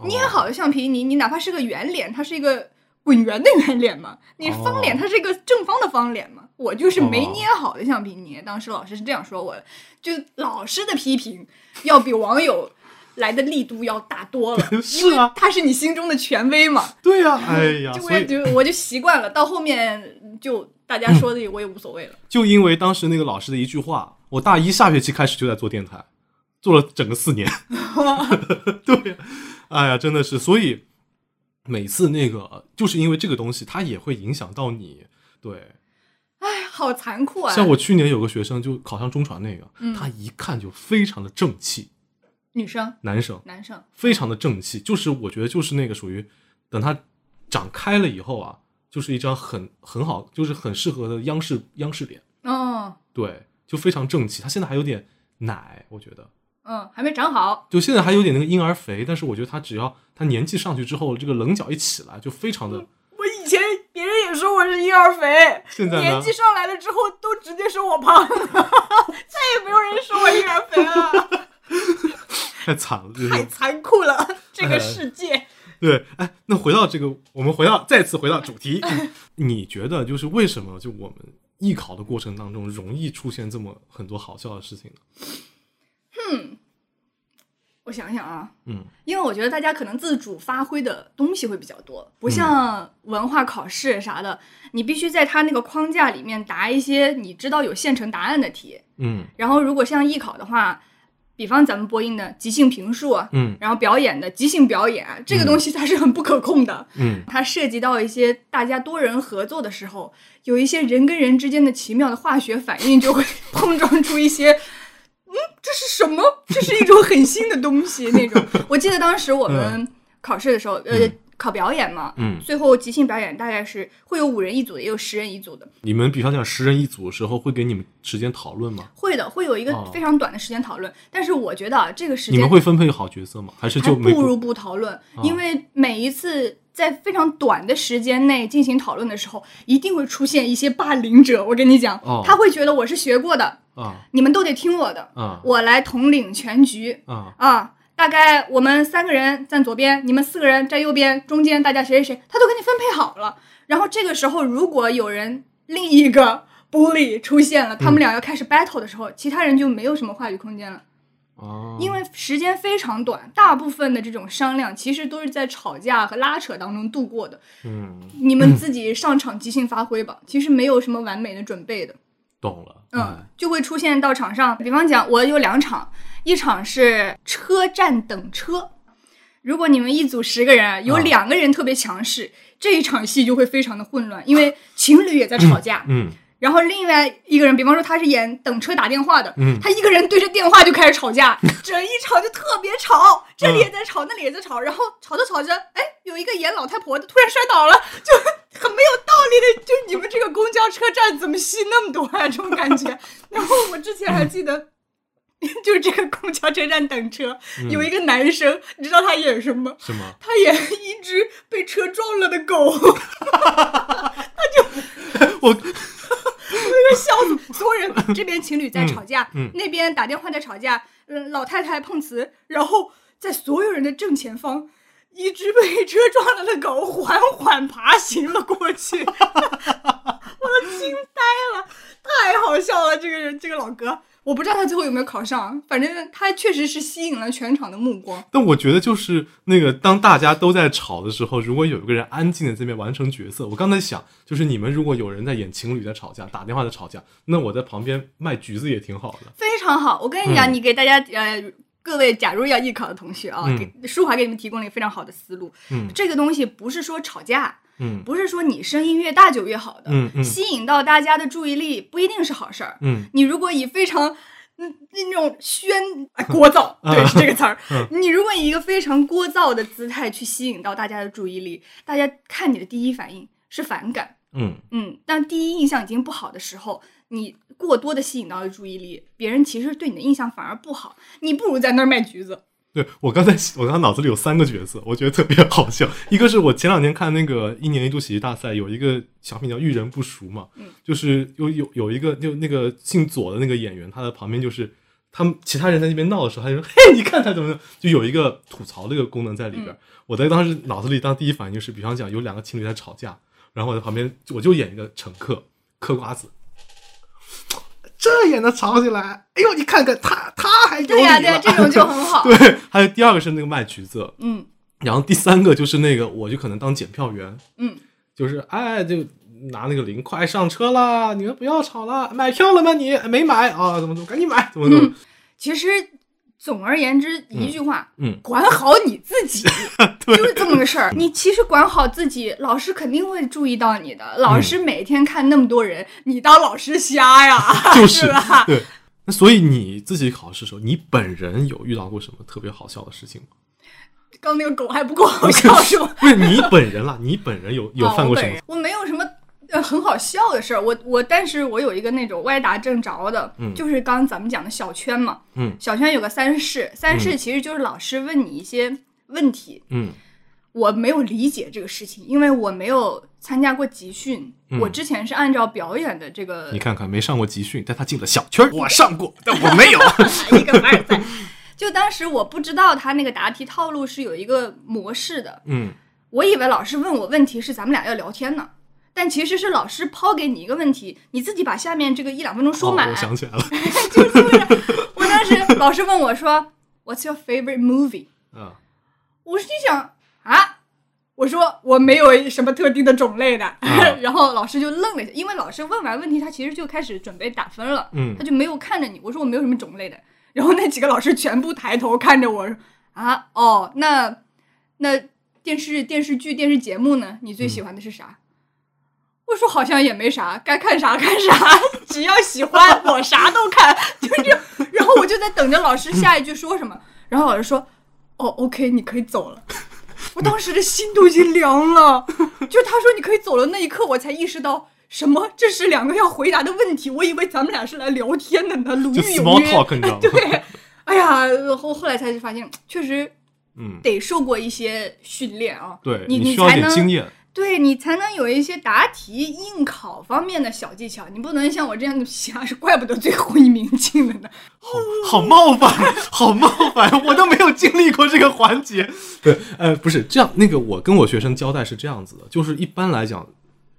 Speaker 2: 哦
Speaker 1: 捏好的橡皮泥，你哪怕是个圆脸，它是一个滚圆的圆脸嘛；你是方脸，
Speaker 2: 哦
Speaker 1: 它是一个正方的方脸嘛。我就是没捏好的橡皮泥，当时老师是这样说我的，就老师的批评要比网友来的力度要大多 了，
Speaker 2: 是啊
Speaker 1: 因为他是你心中的权威 嘛。
Speaker 2: 对呀、哎呀，
Speaker 1: 就
Speaker 2: 所
Speaker 1: 我也
Speaker 2: 以
Speaker 1: 就我就习惯了，到后面就大家说的我也无所谓了。
Speaker 2: 就因为当时那个老师的一句话，我大一下学期开始就在做电台，做了整个四 年。对，哎呀，真的是，所以每次那个就是因为这个东西，它也会影响到你。对，
Speaker 1: 哎，好残酷啊！
Speaker 2: 像我去年有个学生就考上中传那个，
Speaker 1: 嗯
Speaker 2: 他一看就非常的正气，
Speaker 1: 女生、
Speaker 2: 男生
Speaker 1: 男生，
Speaker 2: 非常的正气，就是我觉得就是那个属于，等他长开了以后啊，就是一张很很好，就是很适合的央视央视脸，
Speaker 1: 哦，
Speaker 2: 对，就非常正气。他现在还有点奶，我觉得，
Speaker 1: 嗯，还没长好，
Speaker 2: 就现在还有点那个婴儿肥，但是我觉得
Speaker 1: 嗯
Speaker 2: 他只要他年纪上去之后，这个棱角一起来，就非常的。
Speaker 1: 我以前别人也说我我是婴儿肥，
Speaker 2: 现在呢
Speaker 1: 年纪上来了之后都直接说我胖了，再也没有人说我婴儿肥了，
Speaker 2: 太惨了，这
Speaker 1: 太
Speaker 2: 是
Speaker 1: 残酷了，这个世界。
Speaker 2: 对。哎，那回到这个，我们回到再次回到主 题，你觉得就是为什么就我们艺考的过程当中容易出现这么很多好笑的事情呢？
Speaker 1: 我想想啊，
Speaker 2: 嗯，
Speaker 1: 因为我觉得大家可能自主发挥的东西会比较多，不像文化考试啥的，你必须在它那个框架里面答一些你知道有现成答案的题。
Speaker 2: 嗯
Speaker 1: 然后如果像艺考的话，比方咱们播音的即兴评述，啊
Speaker 2: 嗯
Speaker 1: 然后表演的即兴表演，啊这个东西它是很不可控的。
Speaker 2: 嗯
Speaker 1: 它涉及到一些大家多人合作的时候，有一些人跟人之间的奇妙的化学反应， 就会碰撞出一些，嗯，这是什么？这是一种很新的东西那 种。我记得当时我们考试的时候，呃
Speaker 2: 嗯，
Speaker 1: 考表演嘛，
Speaker 2: 嗯，
Speaker 1: 最后即兴表演大概是会有五人一组的，也有十人一组的。
Speaker 2: 你们比方讲十人一组的时候，会给你们时间讨论吗？
Speaker 1: 会的，会有一个
Speaker 2: 哦
Speaker 1: 非常短的时间讨论，但是我觉得啊，这个时
Speaker 2: 你
Speaker 1: 间
Speaker 2: 们会分配好角色吗？还是
Speaker 1: 还
Speaker 2: 就没啊
Speaker 1: 不如不讨论，因为每一次在非常短的时间内进行讨论的时候，一定会出现一些霸凌者。我跟你讲，
Speaker 2: 哦
Speaker 1: 他会觉得我是学过的，
Speaker 2: 啊
Speaker 1: 你们都得听我的，
Speaker 2: 啊
Speaker 1: 我来统领全局
Speaker 2: 啊
Speaker 1: 啊。大概我们三个人站左边，你们四个人站右边，中间大家谁谁谁，他都给你分配好了。然后这个时候，如果有人另一个 bully 出现了，他
Speaker 2: 嗯
Speaker 1: 们俩要开始 battle 的时候，其他人就没有什么话语空间了。
Speaker 2: 啊！
Speaker 1: 因为时间非常短，大部分的这种商量其实都是在吵架和拉扯当中度过的。
Speaker 2: 嗯，
Speaker 1: 你们自己上场即兴发挥吧，其实没有什么完美的准备的。
Speaker 2: 懂了，哎
Speaker 1: 嗯，就会出现到场上，比方讲，我有两场，一场是车站等车。如果你们一组十个人，有
Speaker 2: 啊
Speaker 1: 两个人特别强势，这一场戏就会非常的混乱，因为情侣也在吵架，
Speaker 2: 嗯
Speaker 1: 然后另外一个人，比方说他是演等车打电话的，
Speaker 2: 嗯
Speaker 1: 他一个人对着电话就开始吵架，整一场就特别吵，这里也在吵，那里也在吵，然后吵着吵着，哎，有一个演老太婆的突然摔倒了， 就很没有道理的，就你们这个公交车站怎么吸那么多啊？这种感觉。然后我之前还记得。 就是这个公交车站等车，有一个男生，你知道他演什么？
Speaker 2: 什么？
Speaker 1: 他演一只被车撞了的狗。
Speaker 2: 我
Speaker 1: 被 笑死，所有人这边情侣在吵架，
Speaker 2: 嗯嗯
Speaker 1: 那边打电话在吵架，嗯，老太太碰瓷，然后在所有人的正前方，一只被车撞了的狗缓缓爬行了过去，我 都惊呆了，太好笑了，这个人，这个老哥。我不知道他最后有没有考上，反正他确实是吸引了全场的目光。
Speaker 2: 但我觉得就是那个，当大家都在吵的时候，如果有一个人安静的这边完成角色，我刚才想，就是你们如果有人在演情侣在吵架，打电话在吵架，那我在旁边卖橘子也挺好的。
Speaker 1: 非常好。我跟你讲，
Speaker 2: 嗯
Speaker 1: 你给大家呃各位假如要艺考的同学啊，
Speaker 2: 嗯
Speaker 1: 给舒华给你们提供了一个非常好的思路。
Speaker 2: 嗯
Speaker 1: 这个东西不是说吵架，
Speaker 2: 嗯
Speaker 1: 不是说你声音越大就越好的，
Speaker 2: 嗯嗯
Speaker 1: 吸引到大家的注意力不一定是好事儿。
Speaker 2: 嗯
Speaker 1: 你如果以非常嗯那种喧哎聒噪，对，是这个词儿。你如果以一个非常聒噪的姿态去吸引到大家的注意力，大家看你的第一反应是反感。
Speaker 2: 嗯，
Speaker 1: 嗯，当第一印象已经不好的时候，你过多的吸引到了注意力，别人其实对你的印象反而不好，你不如在那儿卖橘子。
Speaker 2: 对我刚才我刚才脑子里有三个角色，我觉得特别好笑。一个是我前两天看那个一年一度喜剧大赛，有一个小品叫《遇人不淑》嘛，
Speaker 1: 嗯
Speaker 2: 就是有有有一个就那个姓左的那个演员，他的旁边就是他们其他人在那边闹的时候，他就说：“嘿，你看他怎么怎么。”就有一个吐槽这个功能在里边。
Speaker 1: 嗯
Speaker 2: 我在当时脑子里当第一反应就是，比方讲有两个情侣在吵架，然后我在旁边我就演一个乘客嗑瓜子。这也能吵起来？哎呦，你看看他，他还有
Speaker 1: 对呀、
Speaker 2: 理
Speaker 1: 对呀、
Speaker 2: 了
Speaker 1: 这种就很好。
Speaker 2: 对，还有第二个是那个卖橘子，
Speaker 1: 嗯
Speaker 2: 然后第三个就是那个我就可能当检票员，
Speaker 1: 嗯，
Speaker 2: 就是哎就拿那个零快上车啦，你们不要吵啦，买票了吗你？没买啊？怎么怎么赶紧买？怎么怎么？
Speaker 1: 其实总而言之，一句话，
Speaker 2: 嗯嗯
Speaker 1: 管好你自 己，就是这么个事儿。你其实管好自己，老师肯定会注意到你的。老
Speaker 2: 嗯
Speaker 1: 师每天看那么多人，你当老师瞎呀？
Speaker 2: 就是
Speaker 1: 嗯吧？
Speaker 2: 对。那所以你自己考试的时候，你本人有遇到过什么特别好笑的事情吗？
Speaker 1: 刚那个狗还不够 好笑是吗？
Speaker 2: 不是你本人啦，你本人有有
Speaker 1: 啊
Speaker 2: 犯
Speaker 1: 我
Speaker 2: 过
Speaker 1: 本
Speaker 2: 什么
Speaker 1: 人？我没有什么。呃，很好笑的事儿，我我，但是我有一个那种歪打正着的，
Speaker 2: 嗯
Speaker 1: 就是刚刚咱们讲的小圈嘛，
Speaker 2: 嗯
Speaker 1: 小圈有个三试，三试其实就是老师问你一些问题，
Speaker 2: 嗯
Speaker 1: 我没有理解这个事情，因为我没有参加过集训，
Speaker 2: 嗯
Speaker 1: 我之前是按照表演的这个
Speaker 2: 你看看，没上过集训，但他进了小圈儿。
Speaker 3: 我上过，但我没有。
Speaker 1: 一个凡尔赛。就当时我不知道他那个答题套路是有一个模式的，
Speaker 2: 嗯，
Speaker 1: 我以为老师问我问题是咱们俩要聊天呢，但其实是老师抛给你一个问题，你自己把下面这个一两分钟 说
Speaker 2: 哦
Speaker 1: 满。
Speaker 2: 我想起来了，
Speaker 1: 我当时老师问我说，What's your favorite movie？
Speaker 2: 嗯，
Speaker 1: 我心想啊，我说我没有什么特定的种类的， 然后老师就愣了一下，因为老师问完问题，他其实就开始准备打分了，
Speaker 2: 嗯
Speaker 1: 他就没有看着你，我说我没有什么种类的，然后那几个老师全部抬头看着我说啊，哦，那那电视电视剧电视节目呢？你最喜欢的是啥？我说好像也没啥，该看啥看啥， 只要喜欢我啥都看， 就这样。然后我就在等着老师下一句说什么，然后老师说：“哦，OK，你可以走了。”我当时的心都已经凉了，就他说你可以走了那一刻，我才意识到什么，这是两个要回答的问题。我以为咱们俩是来聊天的呢，鲁
Speaker 2: 就
Speaker 1: 豫有
Speaker 2: small
Speaker 1: 约。
Speaker 2: talk，你知道吗？
Speaker 1: 对，哎呀，后后来才发现，确实
Speaker 2: 嗯，
Speaker 1: 得受过一些训练啊。
Speaker 2: 对
Speaker 1: 你
Speaker 2: 需要
Speaker 1: 才
Speaker 2: 点
Speaker 1: 能
Speaker 2: 经验。
Speaker 1: 对你才能有一些答题应考方面的小技巧，你不能像我这样的瞎，是怪不得最后一名进的呢。
Speaker 2: 好冒犯，好冒犯，我都没有经历过这个环节。 对，呃，不是这样，那个我跟我学生交代是这样子的，就是一般来讲，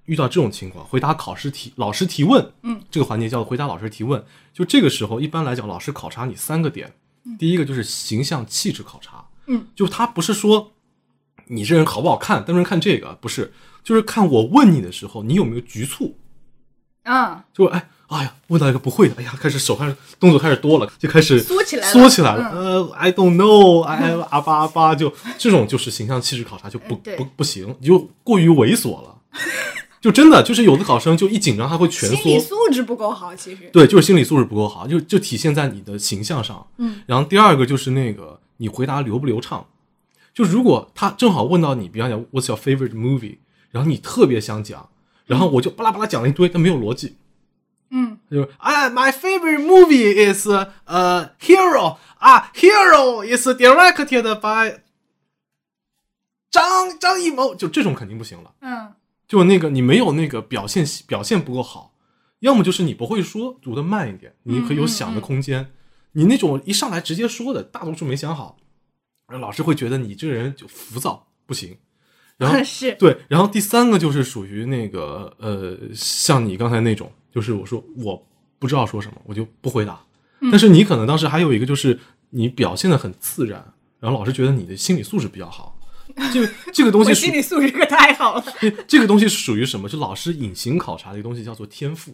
Speaker 2: 遇到这种情况，回答考试提老师提问，
Speaker 1: 嗯，
Speaker 2: 这个环节叫回答老师提问。就这个时候，一般来讲，老师考察你三个点，第一个就是形象气质考察，
Speaker 1: 嗯，
Speaker 2: 就他不是说你这人好不好看，单纯看这个，不是，就是看我问你的时候，你有没有局促，
Speaker 1: 啊，
Speaker 2: 就哎哎呀，问到一个不会的，哎呀，开始手开始动作开始多了，就开始
Speaker 1: 缩起来了嗯
Speaker 2: 缩起来了。呃，I don't know，哎啊吧啊吧，就这种就是形象气质考察就不
Speaker 1: 嗯对
Speaker 2: 不不行，就过于猥琐了。 就真的就是有的考生就一紧张他会
Speaker 1: 心
Speaker 2: 蜷
Speaker 1: 理
Speaker 2: 缩，
Speaker 1: 素质不够好，其实。
Speaker 2: 对，就是心理素质不够好，就就体现在你的形象上。
Speaker 1: 嗯，
Speaker 2: 然后第二个就是那个你回答流不流畅，就如果他正好问到你，比方讲 What's your favorite movie，然后你特别想讲，然后我就巴拉巴拉讲了一堆，但没有逻辑。
Speaker 1: 嗯，
Speaker 2: 就是哎
Speaker 3: 啊，My favorite movie is
Speaker 2: uh,
Speaker 3: 呃、Hero 啊，Hero is directed by 张张艺谋。
Speaker 2: 就这种肯定不行了，
Speaker 1: 嗯
Speaker 2: 就那个你没有那个表现表现不够好，要么就是你不会说，读的慢一点，你
Speaker 1: 嗯
Speaker 2: 可以有想的空间。你那种一上来直接说的，大多数没想好，然后老师会觉得你这个人就浮躁不行。然 后
Speaker 1: 是
Speaker 2: 对，然后第三个就是属于那个呃，像你刚才那种，就是我说我不知道说什么，我就不回答。
Speaker 1: 嗯
Speaker 2: 但是你可能当时还有一个就是你表现的很自然，然后老师觉得你的心理素质比较好。这个这个东西
Speaker 1: 我
Speaker 2: 属
Speaker 1: 心理素质可太好了。
Speaker 2: 这 这个东西是属于什么？就老师隐形考察的一个东西，叫做天赋。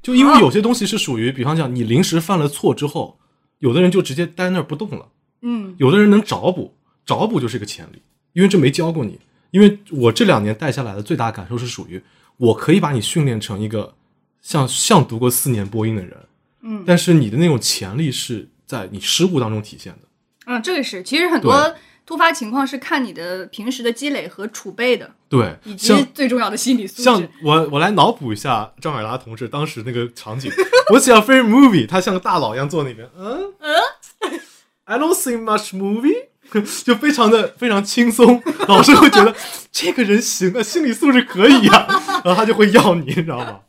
Speaker 2: 就因为有些东西是属于，比方讲你临时犯了错之后，有的人就直接待那儿不动了，
Speaker 1: 嗯
Speaker 2: 有的人能找补，找补就是个潜力，因为这没教过你。因为我这两年带下来的最大感受是属于，我可以把你训练成一个像像读过四年播音的人，
Speaker 1: 嗯
Speaker 2: 但是你的那种潜力是在你失误当中体现的。
Speaker 1: 嗯，这个是，其实很多突发情况是看你的平时的积累和储备的，
Speaker 2: 对，
Speaker 1: 以及
Speaker 2: 像
Speaker 1: 最重要的心理素
Speaker 2: 像
Speaker 1: 质。
Speaker 2: 我我来脑补一下张尔达同志当时那个场景，我想 favorite movie，他像个大佬一样坐那边，嗯嗯，I don't see much movie，就 非常的非常轻松，老师会觉得这个人行啊，心理素质可以啊，然后他就会要你，你知道吗？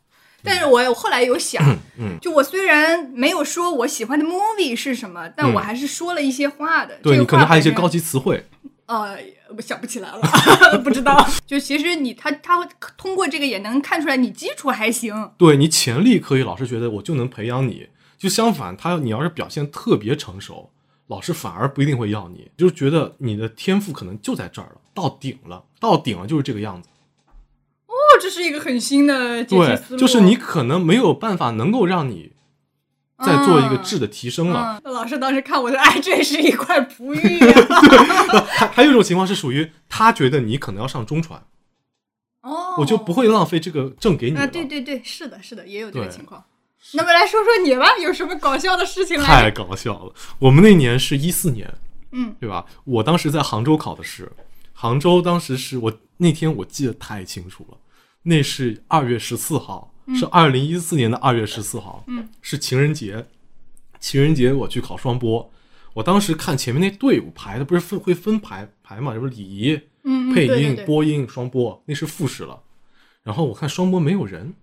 Speaker 1: 但是我后来有想，
Speaker 2: 嗯
Speaker 1: 就我虽然没有说我喜欢的 movie 是什么，但我还是说了一些话的。这
Speaker 2: 嗯对
Speaker 1: 个
Speaker 2: 你可能
Speaker 1: 话
Speaker 2: 还有一些
Speaker 1: 本身
Speaker 2: 高级词汇，
Speaker 1: 呃，我想不起来了， 不知道。就其实你他他会通过这个也能看出来你基础还行。哦
Speaker 2: 对你潜力可以，老师觉得我就能培养你。就相反，他你要是表现特别成熟，老师反而不一定会要你，就是觉得你的天赋可能就在这儿了，到顶了，到顶了就是这个样子。
Speaker 1: 哦，这是一个很新的解题思
Speaker 2: 对，
Speaker 1: 路。
Speaker 2: 就是你可能没有办法能够让你再做一个质的提升了。
Speaker 1: 嗯，老师当时看我说，哎，这是一块璞玉、啊。
Speaker 2: 还还有一种情况是属于他觉得你可能要上中传，
Speaker 1: 哦，
Speaker 2: 我就不会浪费这个证给你了。
Speaker 1: 啊，对对对，是的，是的，也有这个
Speaker 2: 对
Speaker 1: 情况。那么来说说你吧，有什么搞笑的事情来
Speaker 2: 太
Speaker 1: 着？
Speaker 2: 搞笑了！我们那年是一四年，
Speaker 1: 嗯，
Speaker 2: 对吧？我当时在杭州考的试，杭州当时是我那天我记得太清楚了，那是二月十四号，是二零一四年的二月十四号，嗯，是情人节，情人节我去考双播，我当时看前面那队伍排的不是分会分排排嘛，什么礼仪、
Speaker 1: 嗯，嗯
Speaker 2: 配音、
Speaker 1: 对对对
Speaker 2: 播音、双播，那是复试了。然后我看双播没有人，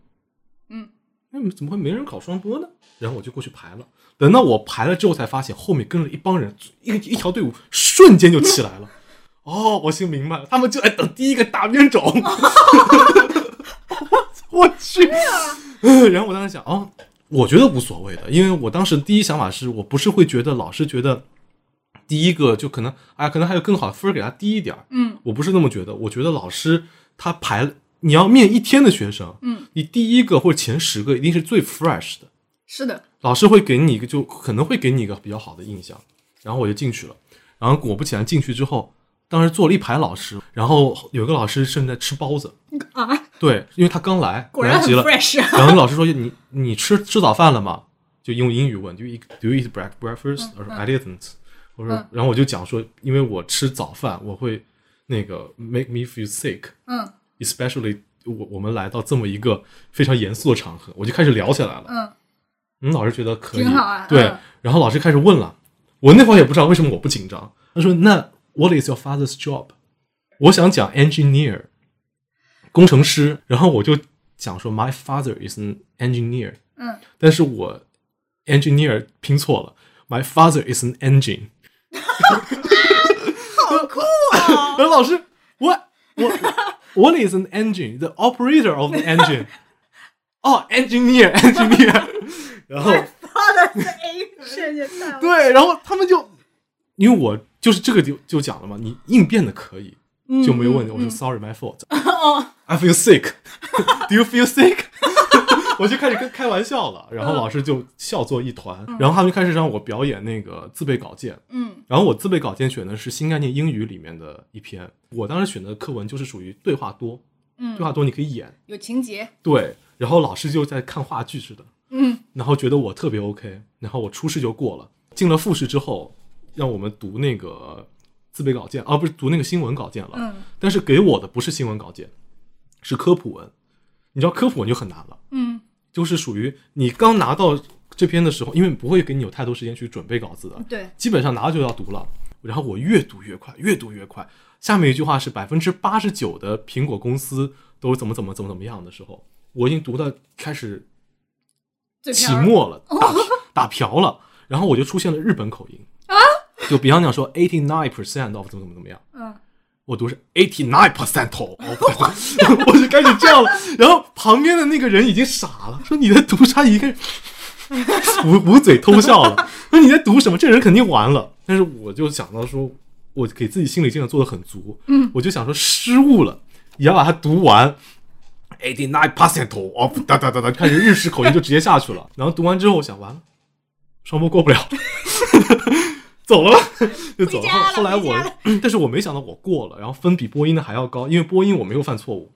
Speaker 1: 嗯，
Speaker 2: 那怎么会没人搞双播呢？然后我就过去排了。等到我排了之后，才发现后面跟着一帮人，一个一条队伍瞬间就起 来了。哦，我心明白了，他们就在等第一个大冤种。 我去，
Speaker 1: 哎
Speaker 2: 然后我当时想，哦，我觉得无所谓的，因为我当时第一想法是我不是会觉得老师觉得第一个就可能，哎，可能还有更好的分儿给他低一点儿，
Speaker 1: 嗯
Speaker 2: 我不是那么觉得，我觉得老师他排了，你要面一天的学生，
Speaker 1: 嗯，
Speaker 2: 你第一个或者前十个一定是最 fresh 的，
Speaker 1: 是的，
Speaker 2: 老师会给你一个就可能会给你一个比较好的印象，然后我就进去了，然后果不其然进去之后，当时坐了一排老师，然后有个老师正在吃包子，
Speaker 1: 啊，
Speaker 2: 对，因为他刚来，
Speaker 1: 果然很
Speaker 2: 急了，
Speaker 1: fresh，
Speaker 2: 然后老师说你你吃吃早饭了吗？就用英语问，就 eat- do you eat break- breakfast？我说 I didn't。我说
Speaker 1: 嗯，
Speaker 2: 然后我就讲说，因为我吃早饭，我会那个 make me feel sick，especially
Speaker 1: 嗯
Speaker 2: 我我们来到这么一个非常严肃的场合，我就开始聊起来了。
Speaker 1: 嗯，
Speaker 2: 嗯，老师觉得可以，
Speaker 1: 挺好啊
Speaker 2: 对
Speaker 1: 嗯。
Speaker 2: 然后老师开始问了，我那会儿也不知道为什么我不紧张。他说：“那 What is your father's job？” 我想讲 engineer，工程师。然后我就讲说：“My father is an engineer。”
Speaker 1: 嗯，
Speaker 2: 但是我 engineer 拼错了，My father is an engine。
Speaker 1: 好酷啊！
Speaker 2: 然后老师，What what what is an engine? The operator of an engine. 哦，engineer engineer。然后
Speaker 1: 他的 A 瞬间太好了
Speaker 2: 对，然后他们就因为我就是这个就就讲了嘛，你应变的可以，
Speaker 1: 嗯
Speaker 2: 就没有问题。我说 Sorry, my fault.
Speaker 1: 哦
Speaker 2: I feel sick. Do you feel sick? 我就开始跟开玩笑了，然后老师就笑作一团，然后他们就开始让我表演那个自备稿件，
Speaker 1: 嗯，
Speaker 2: 然后我自备稿件选的是新概念英语里面的一篇，我当时选的课文就是属于对话多，
Speaker 1: 嗯
Speaker 2: 对话多你可以演，
Speaker 1: 有情节，
Speaker 2: 对，然后老师就在看话剧似的，
Speaker 1: 嗯，
Speaker 2: 然后觉得我特别 OK，然后我初试就过了。进了复试之后，让我们读那个自备稿件，啊，不是读那个新闻稿件了。
Speaker 1: 嗯
Speaker 2: 但是给我的不是新闻稿件，是科普文。你知道科普文就很难了，
Speaker 1: 嗯
Speaker 2: 就是属于你刚拿到这篇的时候，因为不会给你有太多时间去准备稿子的，
Speaker 1: 嗯对，
Speaker 2: 基本上拿就要读了。然后我越读越快，越读越快。下面一句话是百分之八十九的苹果公司都怎么怎么怎么怎么样的时候，我已经读到开始
Speaker 1: 最
Speaker 2: 起
Speaker 1: 漂亮
Speaker 2: 沫了，打瓢打瓢了，然后我就出现了日本口音啊，就 Beyond 讲说 eighty nine percent of 怎么怎么怎么样，
Speaker 1: 嗯
Speaker 2: 我读是 eighty nine percent of，我就开始这样了，然后旁边的那个人已经傻了，说你在读啥？一个人捂捂嘴偷 笑了，说你在读什么？这人肯定完了。但是我就想到说，我给自己心理建设做的很足，嗯，我就想说失误了，也要把它读完。eighty nine percent of 哒哒哒哒，开始日式口音就直接下去了。然后读完之后，我想完了，双播过不了， 走了吧，就走
Speaker 1: 回家了
Speaker 2: 后后来
Speaker 1: 回
Speaker 2: 我
Speaker 1: 家了，
Speaker 2: 但是我没想到我过了，然后分比播音的还要高，因为播音我没有犯错误。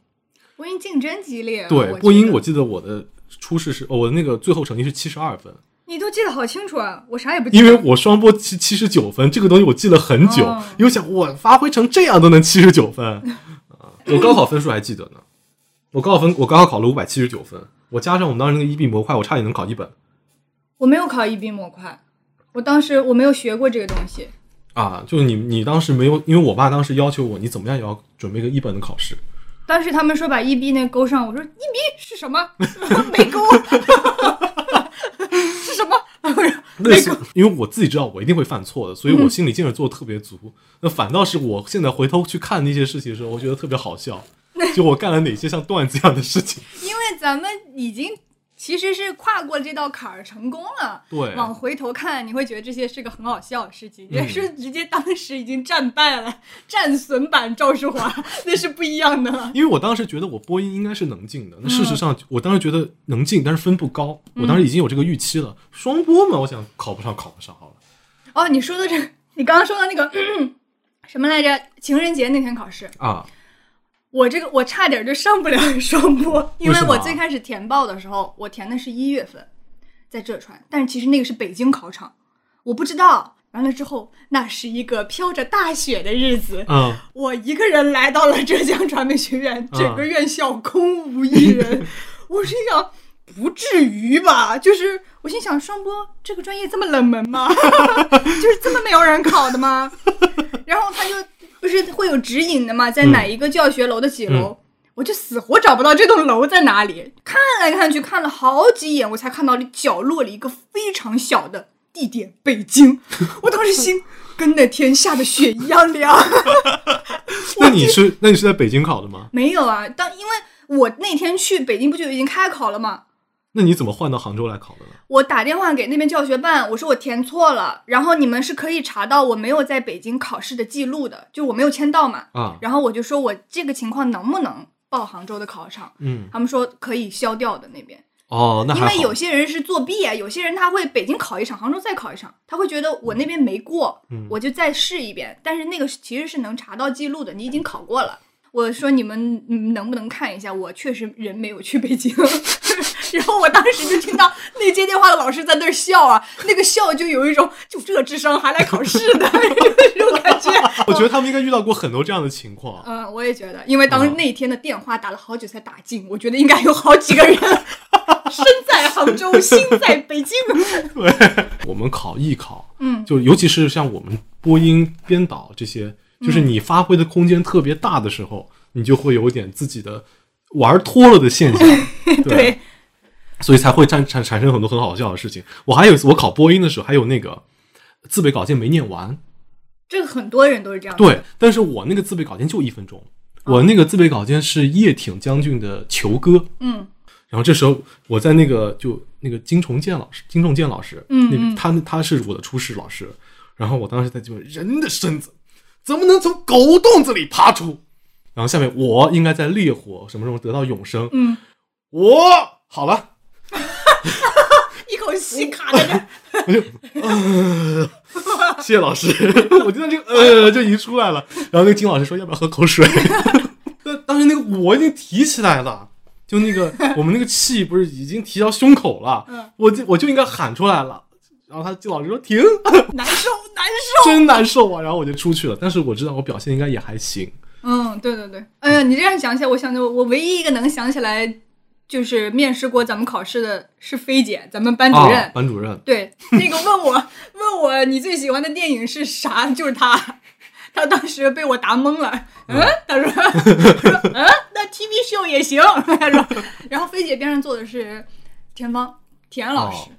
Speaker 1: 播音竞争激烈啊，
Speaker 2: 对，
Speaker 1: 我
Speaker 2: 播
Speaker 1: 觉
Speaker 2: 音
Speaker 1: 得
Speaker 2: 我记得我的初试是，哦我的那个最后成绩是七十二分，
Speaker 1: 你都记得好清楚啊，我啥也不记
Speaker 2: 因
Speaker 1: 得，
Speaker 2: 为我双播七七十九分，这个东西我记了很久，
Speaker 1: 哦
Speaker 2: 因为我想我发挥成这样都能七十九分，啊 我高考分数还记得呢，我高考分我高考考了五百七十九分，我加上我们当时那个一 B 模块，我差点能考一本
Speaker 1: 我没有考一 B 模块，我当时我没有学过这个东西，
Speaker 2: 啊！就是你你当时没有，因为我爸当时要求我，你怎么样也要准备个一本的考试，
Speaker 1: 当时他们说把一 B 那勾上，我说一 B 是什么？ 没勾，是什么？
Speaker 2: 那是因为我自己知道我一定会犯错的，所
Speaker 1: 嗯
Speaker 2: 以我心理建设做的特别足。那反倒是我现在回头去看那些事情的时候，我觉得特别好 笑，就我干了哪些像段子一样的事情。
Speaker 1: 因为咱们已经其实是跨过这道坎儿成功了。
Speaker 2: 对啊
Speaker 1: 往回头看，你会觉得这些是个很好笑的事情，
Speaker 2: 嗯
Speaker 1: 也是直接当时已经战败了，战损版赵世华， 那是不一样的。
Speaker 2: 因为我当时觉得我播音应该是能进的，那
Speaker 1: 嗯
Speaker 2: 事实上我当时觉得能进，但是分不高，我当时已经有这个预期了。双播嘛，我想考不上考不上好了。
Speaker 1: 哦，你说的这，你刚刚说的那个 咳什么来着？情人节那天考试，
Speaker 2: 啊，
Speaker 1: 我这个我差点就上不了 双播，因
Speaker 2: 为什么啊
Speaker 1: 我最开始填报的时候，我填的是一月份，在浙传，但是其实那个是北京考场，我不知道。完了之后，那是一个飘着大雪的日子，
Speaker 2: 嗯，
Speaker 1: 我一个人来到了浙江传媒学院，
Speaker 2: 啊
Speaker 1: 整个院校空无一人。我心想，不至于吧？就是我心想，双播这个专业这么冷门吗？ 就是这么没有人考的吗？然后他就不是会有指引的嘛，在哪一个教学楼的几楼？我就死活找不到这栋楼在哪里，看来看去看了好几眼，我才看到了角落里一个非常小的地点——北京。我当时心跟那天下的雪一样凉。
Speaker 2: 那你是那你是在北京考的吗？
Speaker 1: 没有啊，当因为我那天去北京不就已经开考了吗？
Speaker 2: 那你怎么换到杭州来考的呢？
Speaker 1: 我打电话给那边教学办，我说我填错了，然后你们是可以查到我没有在北京考试的记录的，就我没有签到嘛。
Speaker 2: 啊，
Speaker 1: 然后我就说我这个情况能不能报杭州的考场？
Speaker 2: 嗯，
Speaker 1: 他们说可以消掉的那边，
Speaker 2: 哦，那
Speaker 1: 因
Speaker 2: 还
Speaker 1: 为有
Speaker 2: 好，
Speaker 1: 些人是作弊啊，有些人他会北京考一场，杭州再考一场，他会觉得我那边没过，
Speaker 2: 嗯
Speaker 1: 我就再试一遍。但是那个是其实是能查到记录的，你已经考过了。我说你们嗯能不能看一下？我确实人没有去北京。 然后我当时就听到那接电话的老师在那儿笑啊，那个笑就有一种就这智商还来考试的 这种感觉。
Speaker 2: 我觉得他们应该遇到过很多这样的情况。
Speaker 1: 嗯，我也觉得，因为当
Speaker 2: 嗯
Speaker 1: 那天的电话打了好久才打进，我觉得应该有好几个人 身在杭州，心在北京。
Speaker 2: 我们考艺考，
Speaker 1: 嗯
Speaker 2: 就尤其是像我们播音、编导这些，
Speaker 1: 嗯
Speaker 2: 就是你发挥的空间特别大的时候，你就会有一点自己的玩脱了的现 象，对，
Speaker 1: 对，
Speaker 2: 所以才会产产产生很多很好笑的事情。我还有一次，我考播音的时候，还有那个自备稿件没念完，
Speaker 1: 这个很多人都是这样。，
Speaker 2: 对，但是我那个自备稿件就一分钟，我那个自备稿件是叶挺将军的《囚歌》，
Speaker 1: 嗯，
Speaker 2: 然后这时候我在那个就那个金崇建老师，金崇建老师，
Speaker 1: 嗯
Speaker 2: 那
Speaker 1: 嗯
Speaker 2: 个他他是我的初试老师，然后我当时在就人的身子怎么能从狗洞子里爬出？然后下面我应该在烈火什么时候得到永生？
Speaker 1: 嗯，
Speaker 2: 我好了，
Speaker 1: 一口气卡在 这，
Speaker 2: 呃谢谢老师， 我就在这个呃就已经出来了。然后那个金老师说要不要喝口水？ 那当时那个我已经提起来了，就那个我们那个气不是已经提到胸口了，
Speaker 1: 嗯
Speaker 2: 我就我就应该喊出来了。然后他金老师说停，
Speaker 1: 难受，难受。
Speaker 2: 真难受啊！然后我就出去了，但是我知道我表现应该也还行。
Speaker 1: 嗯，对对对。哎呀，你这样想起来，我想着我唯一一个能想起来，就是面试过咱们考试的是菲姐，咱们班主任。
Speaker 2: 啊、班主任，
Speaker 1: 对， 那个问我问我你最喜欢的电影是啥？就是他，他当时被我答懵了。嗯，他说，说嗯，那 TV show 也行。 他说，然后菲姐边上坐的是田芳田老师
Speaker 2: 哦。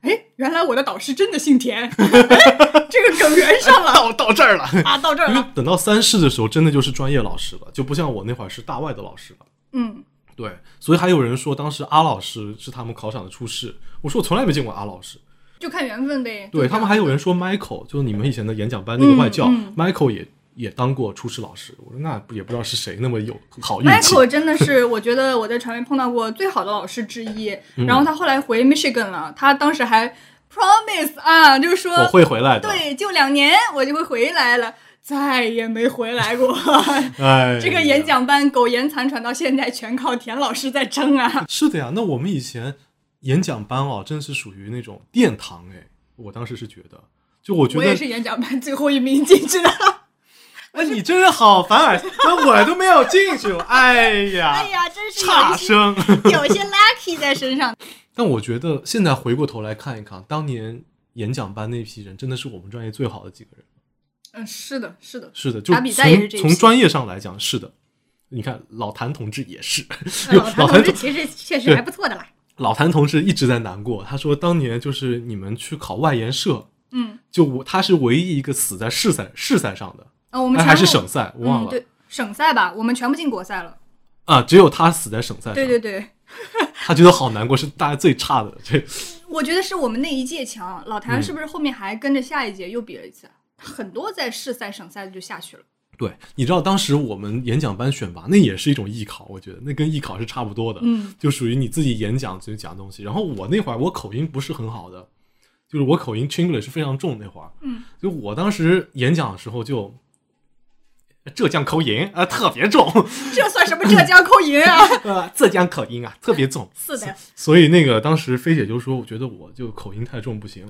Speaker 1: 哎，原来我的导师真的姓田， 哎这个梗圆上 了
Speaker 2: 到到这儿了。
Speaker 1: 啊！到这儿
Speaker 2: 因为
Speaker 1: 了，
Speaker 2: 等到三试的时候，真的就是专业老师了，就不像我那会儿是大外的老师了。
Speaker 1: 嗯，
Speaker 2: 对，所以还有人说当时阿老师是他们考场的初试，我说我从来没见过阿老师。
Speaker 1: 就看缘分呗。
Speaker 2: 对他们还有人说 Michael，就是你们以前的演讲班那个外教、
Speaker 1: 啊嗯
Speaker 2: m i c h a e l 也也当过初试老师。我说那也不知道是谁那么有好运气
Speaker 1: Michael 真的是，我觉得我在传媒碰到过最好的老师之一。
Speaker 2: 嗯
Speaker 1: 然后他后来回 Michigan 了，他当时还 promise 啊，就是说
Speaker 2: 我会回来的。，
Speaker 1: 对，就两年我就会回来了，再也没回来 过。
Speaker 2: 哎，
Speaker 1: 这个演讲班苟延残喘到现在，全靠田老师在争啊。
Speaker 2: 是的呀，那我们以前演讲班哦，真是属于那种殿堂哎，我当时是觉得，就我觉
Speaker 1: 我
Speaker 2: 得啊
Speaker 1: 也，是演讲班最后一名进去的。
Speaker 2: 哎，你真是好凡尔赛，那我都没有进去，哎
Speaker 1: 哎
Speaker 2: 呀，
Speaker 1: 呀，真是有
Speaker 2: 差
Speaker 1: 一些
Speaker 2: 生。
Speaker 1: 有一些 lucky 在身上。
Speaker 2: 但我觉得现在回过头来看一看，当年演讲班那批人真的是我们专业最好的几个人。
Speaker 1: 嗯，是的，是 的，
Speaker 2: 是的，就
Speaker 1: 打比赛也是
Speaker 2: 从
Speaker 1: 这一
Speaker 2: 从
Speaker 1: 批
Speaker 2: 专业上来讲，是的。你看老谭同志也是，
Speaker 1: 嗯
Speaker 2: 老
Speaker 1: 同
Speaker 2: 谭
Speaker 1: 志
Speaker 2: 同
Speaker 1: 其实确实
Speaker 2: 对
Speaker 1: 还不错的啦。
Speaker 2: 老谭同志一直在难过，他说当年就是你们去考外研社，
Speaker 1: 嗯，
Speaker 2: 就我他是唯一一个死在市赛市赛上的，
Speaker 1: 啊，我们
Speaker 2: 哎
Speaker 1: 全
Speaker 2: 还是
Speaker 1: 部
Speaker 2: 省赛，我忘
Speaker 1: 嗯、
Speaker 2: 了、
Speaker 1: 对省赛吧，我们全部进国赛了。
Speaker 2: 啊，只有他死在省赛上，
Speaker 1: 对对对，
Speaker 2: 他觉得好难过，是大家最差的。这
Speaker 1: 我觉得是我们那一届强。老谭
Speaker 2: 嗯
Speaker 1: 是不是后面还跟着下一届又比了一次？很多在市赛、省赛的就下去了。
Speaker 2: 对，你知道当时我们演讲班选拔，那也是一种艺考，我觉得那跟艺考是差不多的，
Speaker 1: 嗯，
Speaker 2: 就属于你自己演讲自己讲东西。然后我那会儿我口音不是很好的，就是我口音 Chinglish 是非常重那会儿，
Speaker 1: 嗯，
Speaker 2: 就我当时演讲的时候就浙江口音啊、呃特别重，
Speaker 1: 这算什么浙江口音啊？
Speaker 2: 呃浙江口音啊特别重，
Speaker 1: 是的，
Speaker 2: 所以那个当时菲姐就说，我觉得我就口音太重不行。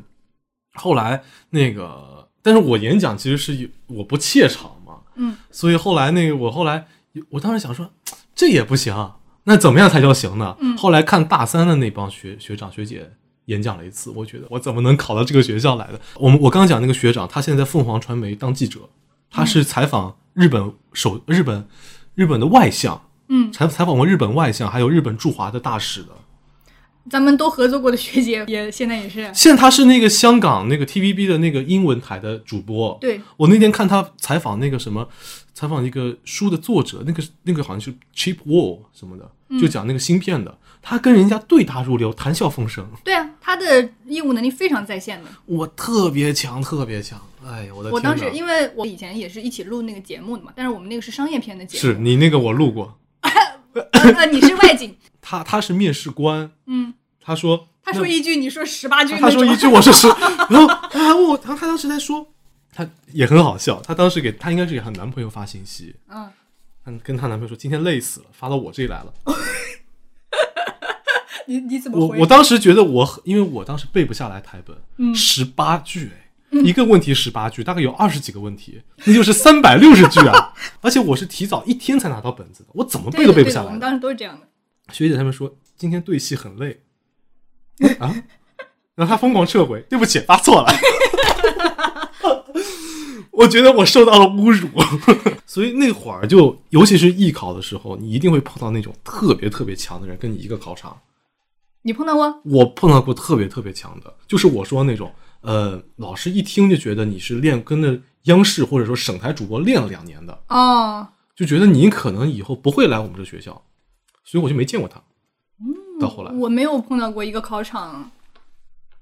Speaker 2: 后来那个，但是我演讲其实是有我不怯场嘛，
Speaker 1: 嗯，
Speaker 2: 所以后来那个我后来我当时想说，这也不行啊，那怎么样才叫行呢？
Speaker 1: 嗯
Speaker 2: 后来看大三的那帮学学长学姐演讲了一次，我觉得我怎么能考到这个学校来的？我们我刚讲那个学长，他现在在凤凰传媒当记者，他
Speaker 1: 嗯
Speaker 2: 是采访日本首日本日本的外相，
Speaker 1: 嗯
Speaker 2: 采采访过日本外相，还有日本驻华的大使的。
Speaker 1: 咱们都合作过的学姐也现在也是，
Speaker 2: 现在他是那个香港那个 TVB 的那个英文台的主播。
Speaker 1: 对，
Speaker 2: 我那天看他采访那个什么，采访一个书的作者，那个那个好像是 Chip Wall 什么的，
Speaker 1: 嗯
Speaker 2: 就讲那个芯片的。他跟人家对答如流，谈笑风生，
Speaker 1: 对啊，她的业务能力非常在线的。
Speaker 2: 我特别强，特别强。哎呀，我的
Speaker 1: 我
Speaker 2: 天
Speaker 1: 当
Speaker 2: 哪！
Speaker 1: 时因为我以前也是一起录那个节目的嘛，但是我们那个是商业片的节
Speaker 2: 是
Speaker 1: 目，
Speaker 2: 你那个我录过，
Speaker 1: 呃呃，你是外景，
Speaker 2: 他他是面试官，
Speaker 1: 嗯，
Speaker 2: 他说
Speaker 1: 他说
Speaker 2: 那
Speaker 1: 一句，你说十八句，
Speaker 2: 他说一句，，我说 是，然后他还问我，他他当时在说，他也很好笑，他当时给他应该是给她男朋友发信息，
Speaker 1: 嗯，
Speaker 2: 她跟她男朋友说今天累死了，发到我这里来了。
Speaker 1: 你你怎么
Speaker 2: 我
Speaker 1: 哦回？嗯
Speaker 2: 我当时觉得我很，因为我当时背不下来台本，十八、句哎。一个问题十八句，大概有二十几个问题，那就是三百六十句啊！ 而且我是提早一天才拿到本子的，我怎么
Speaker 1: 对
Speaker 2: 背都背
Speaker 1: 对
Speaker 2: 不
Speaker 1: 对
Speaker 2: 下
Speaker 1: 我
Speaker 2: 来
Speaker 1: 们。当时都是这样的。
Speaker 2: 学姐他们说今天对戏很累 啊，然后他疯狂撤回，对不起，发错了。 我觉得我受到了侮辱， 所以那会儿就，尤其是艺考的时候，你一定会碰到那种特别特别强的人，跟你一个考场。
Speaker 1: 你碰到过？
Speaker 2: 我碰到过特别特别强的，就是我说那种，呃，老师一听就觉得你是练跟着央视或者说省台主播练了两年的，
Speaker 1: 哦，
Speaker 2: 就觉得你可能以后不会来我们这学校，所以我就没见过他。到后来，
Speaker 1: 我没有碰到过一个考场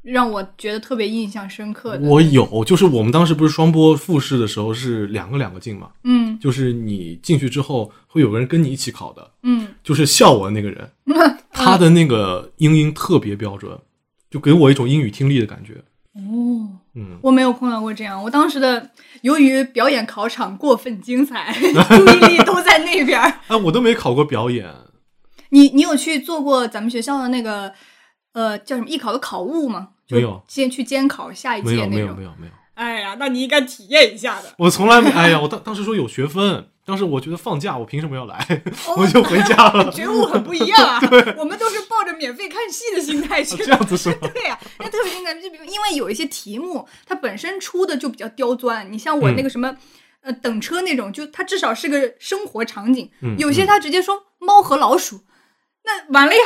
Speaker 1: 让我觉得特别印象深刻的。
Speaker 2: 我有，就是我们当时不是双播复试的时候是两个两个进嘛，
Speaker 1: 嗯
Speaker 2: 就是你进去之后会有个人跟你一起考的，
Speaker 1: 嗯，
Speaker 2: 就是笑我那个人， 他的那个英音特别标准，就给我一种英语听力的感觉。
Speaker 1: 哦，
Speaker 2: 嗯，
Speaker 1: 我没有碰到过这样。我当时的由于表演考场过分精 彩，注意力都在那边儿。
Speaker 2: 哎，我都没考过表演，
Speaker 1: 你你有去做过咱们学校的那个呃叫什么艺考的考务吗？就
Speaker 2: 没有
Speaker 1: 先去监考下一
Speaker 2: 没
Speaker 1: 届
Speaker 2: 有，没
Speaker 1: 那
Speaker 2: 有，没
Speaker 1: 种。
Speaker 2: 有，没有，
Speaker 1: 哎呀，那你应该体验一下的。
Speaker 2: 我从来没。哎呀，我当当时说有学分，当时我觉得放假我凭什么要来，
Speaker 1: 哦
Speaker 2: 我就回家了。
Speaker 1: 觉悟很不一样 啊！我们都是抱着免费看戏的心态去
Speaker 2: 这样子是吗？
Speaker 1: 对呀、那特别精彩，就比如因为有一些题目，它本身出的就比较刁钻。你像我
Speaker 2: 嗯
Speaker 1: 那个什么，呃，等车那种，就它至少是个生活场景。
Speaker 2: 嗯
Speaker 1: 有些它直接说猫和老鼠，那完了呀！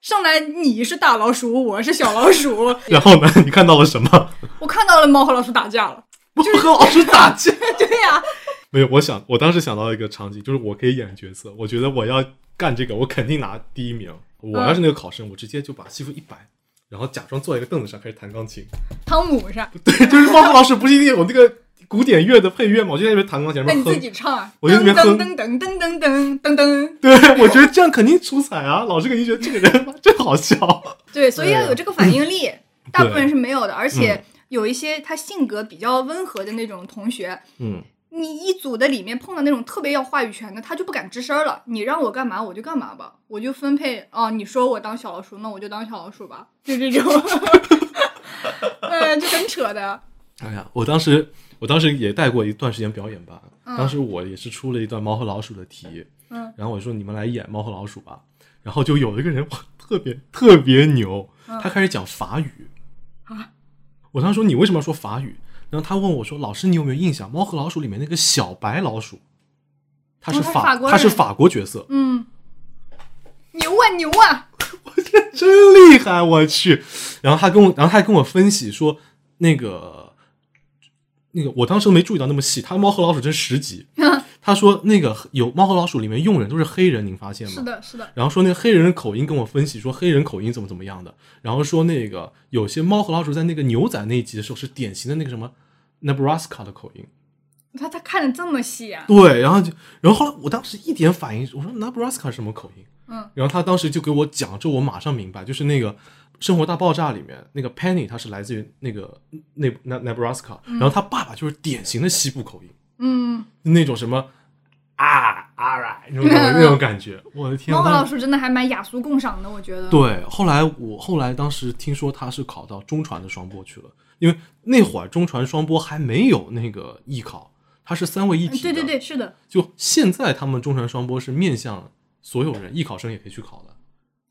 Speaker 1: 上来你是大老鼠，我是小老鼠，
Speaker 2: 嗯然后呢？你看到了什么？
Speaker 1: 我看到了猫和老鼠打架了。
Speaker 2: 我和老师打架。
Speaker 1: 对呀、
Speaker 2: 没有，我想我当时想到一个场景，就是我可以演角色，我觉得我要干这个，我肯定拿第一名。我要是
Speaker 1: 嗯
Speaker 2: 那个考生，我直接就把西服一摆，然后假装坐在一个凳子上开始弹钢琴。
Speaker 1: 汤姆是吧？
Speaker 2: 对，就是猫和老师不是一定有那个古典乐的配乐吗？我就在那边弹钢琴，
Speaker 1: 那
Speaker 2: 然
Speaker 1: 你
Speaker 2: 后
Speaker 1: 自
Speaker 2: 哼。
Speaker 1: 己唱啊！
Speaker 2: 我就
Speaker 1: 噔
Speaker 2: 在那边
Speaker 1: 噔
Speaker 2: 哼
Speaker 1: 噔噔噔噔噔噔噔。
Speaker 2: 对，我觉得这样肯定出彩啊！老师肯定觉得这个人 真好笑。
Speaker 1: 对，所以要有这个反应力，大部分人是没有的。而且
Speaker 2: 嗯
Speaker 1: 有一些他性格比较温和的那种同学，
Speaker 2: 嗯，
Speaker 1: 你一组的里面碰到那种特别要话语权的，他就不敢吱声儿了。你让我干嘛我就干嘛吧，我就分配哦，你说我当小老鼠，那我就当小老鼠吧，就这种， 呃，就很扯的。
Speaker 2: 哎呀，我当时我当时也带过一段时间表演班，
Speaker 1: 嗯
Speaker 2: 当时我也是出了一段猫和老鼠的题，
Speaker 1: 嗯，
Speaker 2: 然后我说你们来演猫和老鼠吧，然后就有一个人哇特别特别牛，他开始讲法语
Speaker 1: 嗯啊，
Speaker 2: 我当时说你为什么要说法语？然后他问我说老师你有没有印象《猫和老鼠》里面那个小白老鼠，他是
Speaker 1: 哦他是
Speaker 2: 法、
Speaker 1: 法国
Speaker 2: 他是
Speaker 1: 人
Speaker 2: 法国角色，
Speaker 1: 嗯，牛啊牛啊！
Speaker 2: 真厉害，我去！然后他跟我，然后他还跟我分析说，那个，那个，我当时没注意到那么细。他《猫和老鼠》真十 集，他说那个有《猫和老鼠》里面用人都是黑人，您发现吗？
Speaker 1: 是的，是的，
Speaker 2: 然后说那个黑人的口音跟我分析说黑人口音怎么怎么样的，然后说那个有些猫和老鼠在那个牛仔那一集的时候是典型的那个什么 Nebraska 的口音，
Speaker 1: 他他看的这么细啊，
Speaker 2: 对，然后就，然后后来我当时一点反应，我说 Nebraska 是什么口音？
Speaker 1: 嗯，
Speaker 2: 然后他当时就给我讲，这我马上明白，就是那个《生活大爆炸》里面那个 Penny，她是来自于那个那那 Nebraska，、然后她爸爸就是典型的西部口音，
Speaker 1: 嗯，
Speaker 2: 那种什么啊啊啦那种那种 感觉，我的天，
Speaker 1: 猫和
Speaker 2: 当
Speaker 1: 老
Speaker 2: 时
Speaker 1: 鼠真的还蛮雅俗共赏的，我觉得。
Speaker 2: 对，后来我后来当时听说他是考到中传的双播去了，因为那会儿中传双播还没有那个
Speaker 1: 嗯
Speaker 2: 艺考，它是三位一体的，
Speaker 1: 对对对，是的。
Speaker 2: 就现在他们中传双播是面向所有人艺考生也可以去考的。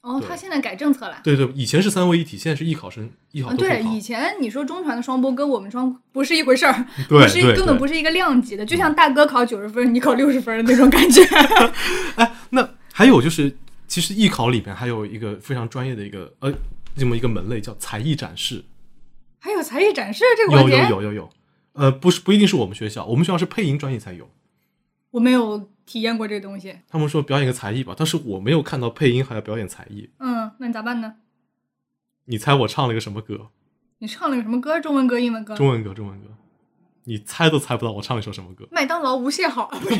Speaker 1: 哦，
Speaker 2: 对
Speaker 1: 他现在改政策了。
Speaker 2: 对对，以前是三位一体，现在是艺考生艺考
Speaker 1: 嗯，
Speaker 2: 啊都可
Speaker 1: 对，
Speaker 2: 以考
Speaker 1: 以。前你说中传的双播跟我们双不是一回事儿，
Speaker 2: 嗯对
Speaker 1: 不是
Speaker 2: 对
Speaker 1: 根本
Speaker 2: 对嗯
Speaker 1: 不是一个量级的，就像大哥考九十分，你考六十分的那种感觉。
Speaker 2: 哎，那还有就是，其实艺考里面还有一个非常专业的一个呃，这么一个门类叫才艺展示。
Speaker 1: 还有才艺展示这个环
Speaker 2: 有
Speaker 1: 节，
Speaker 2: 有有有有，呃，不是不一定是我们学校，我们学校是配音专业才有。
Speaker 1: 我没有体验过这个东西。
Speaker 2: 他们说表演个才艺吧，但是我没有看到配音还要表演才艺。
Speaker 1: 嗯，那你咋办呢？
Speaker 2: 你猜我唱了个什么歌？
Speaker 1: 你唱了个什么歌？中文歌、英文歌？？
Speaker 2: 中文歌，中文歌。你猜都猜不到我唱了一首什么歌
Speaker 1: 麦当劳无限好，不是？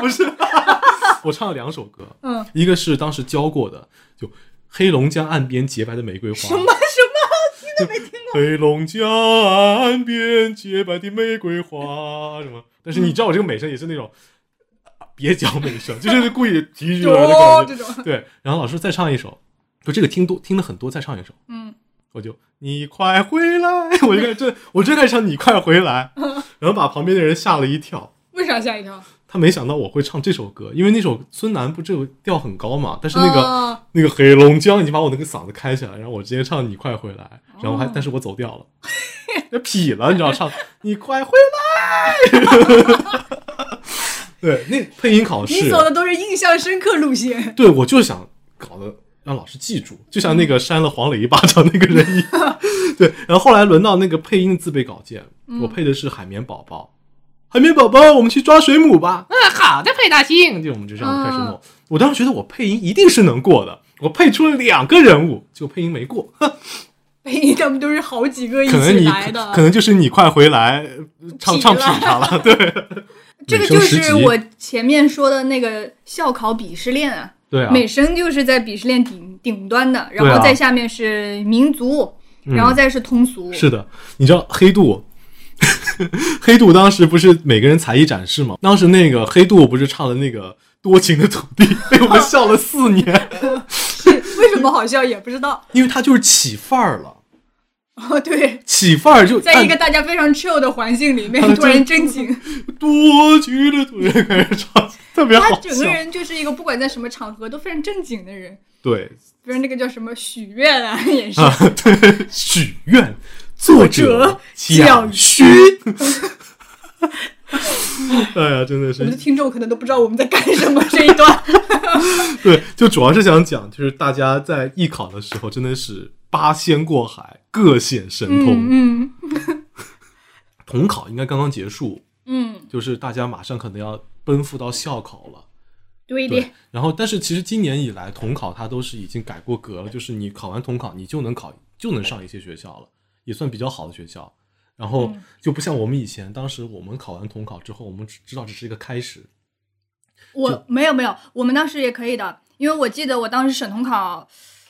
Speaker 2: 不是， 我唱了两首歌，
Speaker 1: 嗯，
Speaker 2: 一个是当时教过的，就《黑龙江岸边洁白的玫瑰花》。
Speaker 1: 什么什么？听都没听过。
Speaker 2: 黑龙江岸边洁白的玫瑰花，什么？但是你知道我这个美声也是那种，啊蹩脚美声，就是故意提起 来的
Speaker 1: 哦，这
Speaker 2: 感
Speaker 1: 种
Speaker 2: 觉。，对，然后老师再唱一首，就这个听多听了很多，再唱一首，
Speaker 1: 嗯，
Speaker 2: 我就你快回来，我就开始这我真开始唱你快回来，
Speaker 1: 嗯
Speaker 2: 然后把旁边的人吓了一跳。
Speaker 1: 为啥吓一跳？
Speaker 2: 他没想到我会唱这首歌，因为那首孙楠不这个调很高嘛，但是那个、
Speaker 1: 哦
Speaker 2: 那个黑龙江已经把我那个嗓子开起来，然后我直接唱你快回来，然后还、
Speaker 1: 哦
Speaker 2: 但是我走调了， 那痞了，你知道唱你快回来， 对，那配音考
Speaker 1: 你
Speaker 2: 试
Speaker 1: 走，的都是印象深刻路线。
Speaker 2: 对我就想搞得让老师记住，就像那个扇了黄磊一巴掌那个人一 样，对，然后后来轮到那个配音自备稿件，
Speaker 1: 嗯
Speaker 2: 我配的是海绵宝宝。海绵宝宝，我们去抓水母吧！
Speaker 1: 嗯
Speaker 2: 啊，好的，佩大星。就我们就这样开始弄。我当时觉得我配音一定是能过的，我配出了两个人物，就配音没过。
Speaker 1: 配音哎他们都是好几个一
Speaker 2: 可能
Speaker 1: 起
Speaker 2: 你
Speaker 1: 来的，
Speaker 2: 可能就是你快回来呃唱
Speaker 1: 痞
Speaker 2: 唱
Speaker 1: 了
Speaker 2: 劈叉了，对
Speaker 1: 这个
Speaker 2: 美声
Speaker 1: 就是
Speaker 2: 十级
Speaker 1: 我前面说的那个校考鄙视链啊，
Speaker 2: 对啊，
Speaker 1: 美声就是在鄙视链顶顶端的，然
Speaker 2: 对啊嗯
Speaker 1: 后在下面是民族，然后再是通俗，
Speaker 2: 是的，你知道黑度， 黑度当时不是每个人才艺展示吗？当时那个黑度不是唱的那个《多情的土 地》，被我们笑了四年，
Speaker 1: 是 为什么好笑也不知道。
Speaker 2: 因为他就是起范儿了，
Speaker 1: 哦，对，
Speaker 2: 起范儿就
Speaker 1: 在一个
Speaker 2: 按
Speaker 1: 大家非常 chill 的环境里面
Speaker 2: 啊，
Speaker 1: 突然真 情，
Speaker 2: 多情的土地开始唱，特别
Speaker 1: 他
Speaker 2: 好
Speaker 1: 整个
Speaker 2: 笑。
Speaker 1: 人就是一个不管在什么场合都非常正经的人。
Speaker 2: 对
Speaker 1: 比如那个叫什么许愿啊，也是，
Speaker 2: 啊，对，许愿，作者
Speaker 1: 者
Speaker 2: 蒋
Speaker 1: 蒋
Speaker 2: 勋。 哎呀，真的
Speaker 1: 我
Speaker 2: 是
Speaker 1: 们的听众可能都不知道我们在干什么这一 段。
Speaker 2: 对，就主要是想讲，就是大家在艺考的时候，真的是八仙过海，各显神通。
Speaker 1: 嗯嗯
Speaker 2: 统考应该刚刚结束，
Speaker 1: 嗯，
Speaker 2: 就是大家马上可能要奔赴到校考了。
Speaker 1: 对的
Speaker 2: 对，，然后但是其实今年以来，统考它都是已经改过格了，就是你考完统考，你就能考，就能上一些学校了，也算比较好的学校。然后
Speaker 1: 嗯
Speaker 2: 就不像我们以前，当时我们考完统考之后，我们只知道这是一个开始，
Speaker 1: 我没有没有，我们当时也可以的，因为我记得我当时省统考，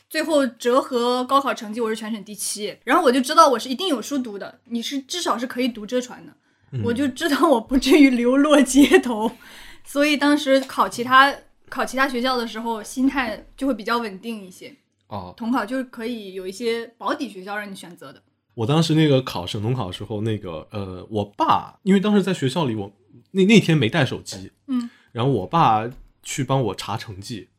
Speaker 1: 最后折合高考成绩我是全省第七，然后我就知道我是一定有书读的，你是至少是可以读这传的，
Speaker 2: 嗯
Speaker 1: 我就知道我不至于流落街头，所以当时考其他考其他学校的时候，心态就会比较稳定一些。
Speaker 2: 啊，
Speaker 1: 统考就是可以有一些保底学校让你选择的，
Speaker 2: 我当时那个考省统考的时候，那个呃，我爸因为当时在学校里我，那那天没带手机，
Speaker 1: 嗯，
Speaker 2: 然后我爸去帮我查成绩，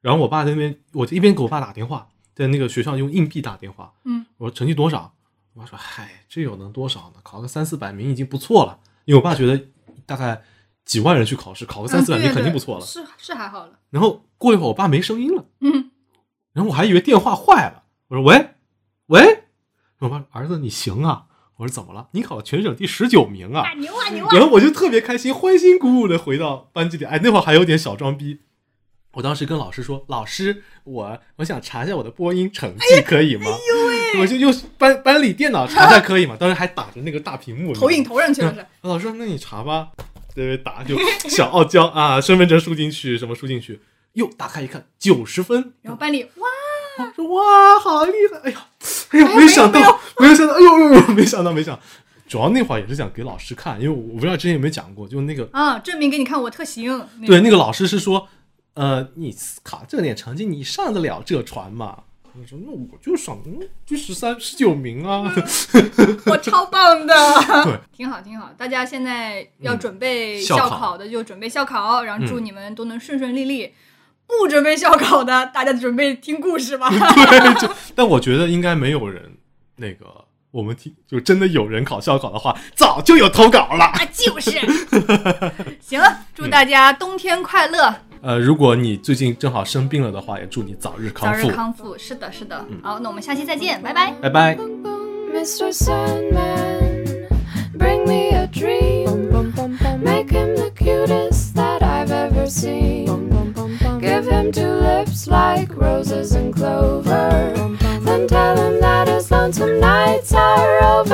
Speaker 2: 然后我爸在那边，我就一边给我爸打电话，在那个学校用硬币打电话，
Speaker 1: 嗯，
Speaker 2: 我说成绩多少？我爸说，嗨，这有能多少呢？考个三四百名已经不错了，因为我爸觉得大概几万人去考试，考个三四百
Speaker 1: 嗯
Speaker 2: 名
Speaker 1: 对
Speaker 2: 肯定
Speaker 1: 对
Speaker 2: 不错了。
Speaker 1: 是是还好了，
Speaker 2: 然后过一会儿，我爸没声音了。
Speaker 1: 嗯，
Speaker 2: 然后我还以为电话坏了，我说喂喂，我爸说儿子你行啊，我说怎么了？你考了全省第十九名啊！
Speaker 1: 牛啊牛
Speaker 2: 然后我就特别开心，欢欣鼓舞的回到班级里。哎，那会儿还有点小装逼，我当时跟老师说，老师我我想查一下我的播音成
Speaker 1: 哎
Speaker 2: 绩，可以吗？我就用班班里电脑查一下可以吗？当时还打着那个大屏幕，
Speaker 1: 投影投上去了是，
Speaker 2: 老师说：“那你查吧。”对对，打就小傲娇啊，身份证输进去，什么输进去，哟，打开一看，九十分，
Speaker 1: 然后班里哇。
Speaker 2: 说哇，好厉害！哎呀，哎呀，
Speaker 1: 哎呀
Speaker 2: 没想
Speaker 1: 没有
Speaker 2: 到，没有想到，哎呦呦呦，没想到，没想到。主要那会儿也是想给老师看，因为我不知道之前有没有讲过，就那个
Speaker 1: 啊，证明给你看我特行。那
Speaker 2: 对
Speaker 1: 种，
Speaker 2: 那个老师是说，呃，你考这点成绩，你上得了这船吗？我说那我就上，嗯就十三十九名啊。
Speaker 1: 我超棒的
Speaker 2: 对，
Speaker 1: 挺好挺好。大家现在要准备
Speaker 2: 嗯校考
Speaker 1: 校考的就准备校考，然后祝
Speaker 2: 嗯
Speaker 1: 你们都能顺顺利利。不准备校稿的，大家准备听故事
Speaker 2: 嗯
Speaker 1: 吧。
Speaker 2: 对，就但我觉得应该没有人那个，我们听就真的有人考校稿的话，早就有投稿 了。
Speaker 1: 啊，就是。 行了，祝大家冬天快乐，
Speaker 2: 呃，如果你最近正好生病了的话，也祝你早日
Speaker 1: 早
Speaker 2: 康
Speaker 1: 日
Speaker 2: 复。嗯
Speaker 1: 康复。是的，是的。好，那我们下期再见，拜拜。
Speaker 2: 拜拜。
Speaker 4: Mr. Sandman, bring me a dream. Make him the cutest that I've ever seen. Give him two lips like roses and clover. Then tell him that his lonesome nights are over.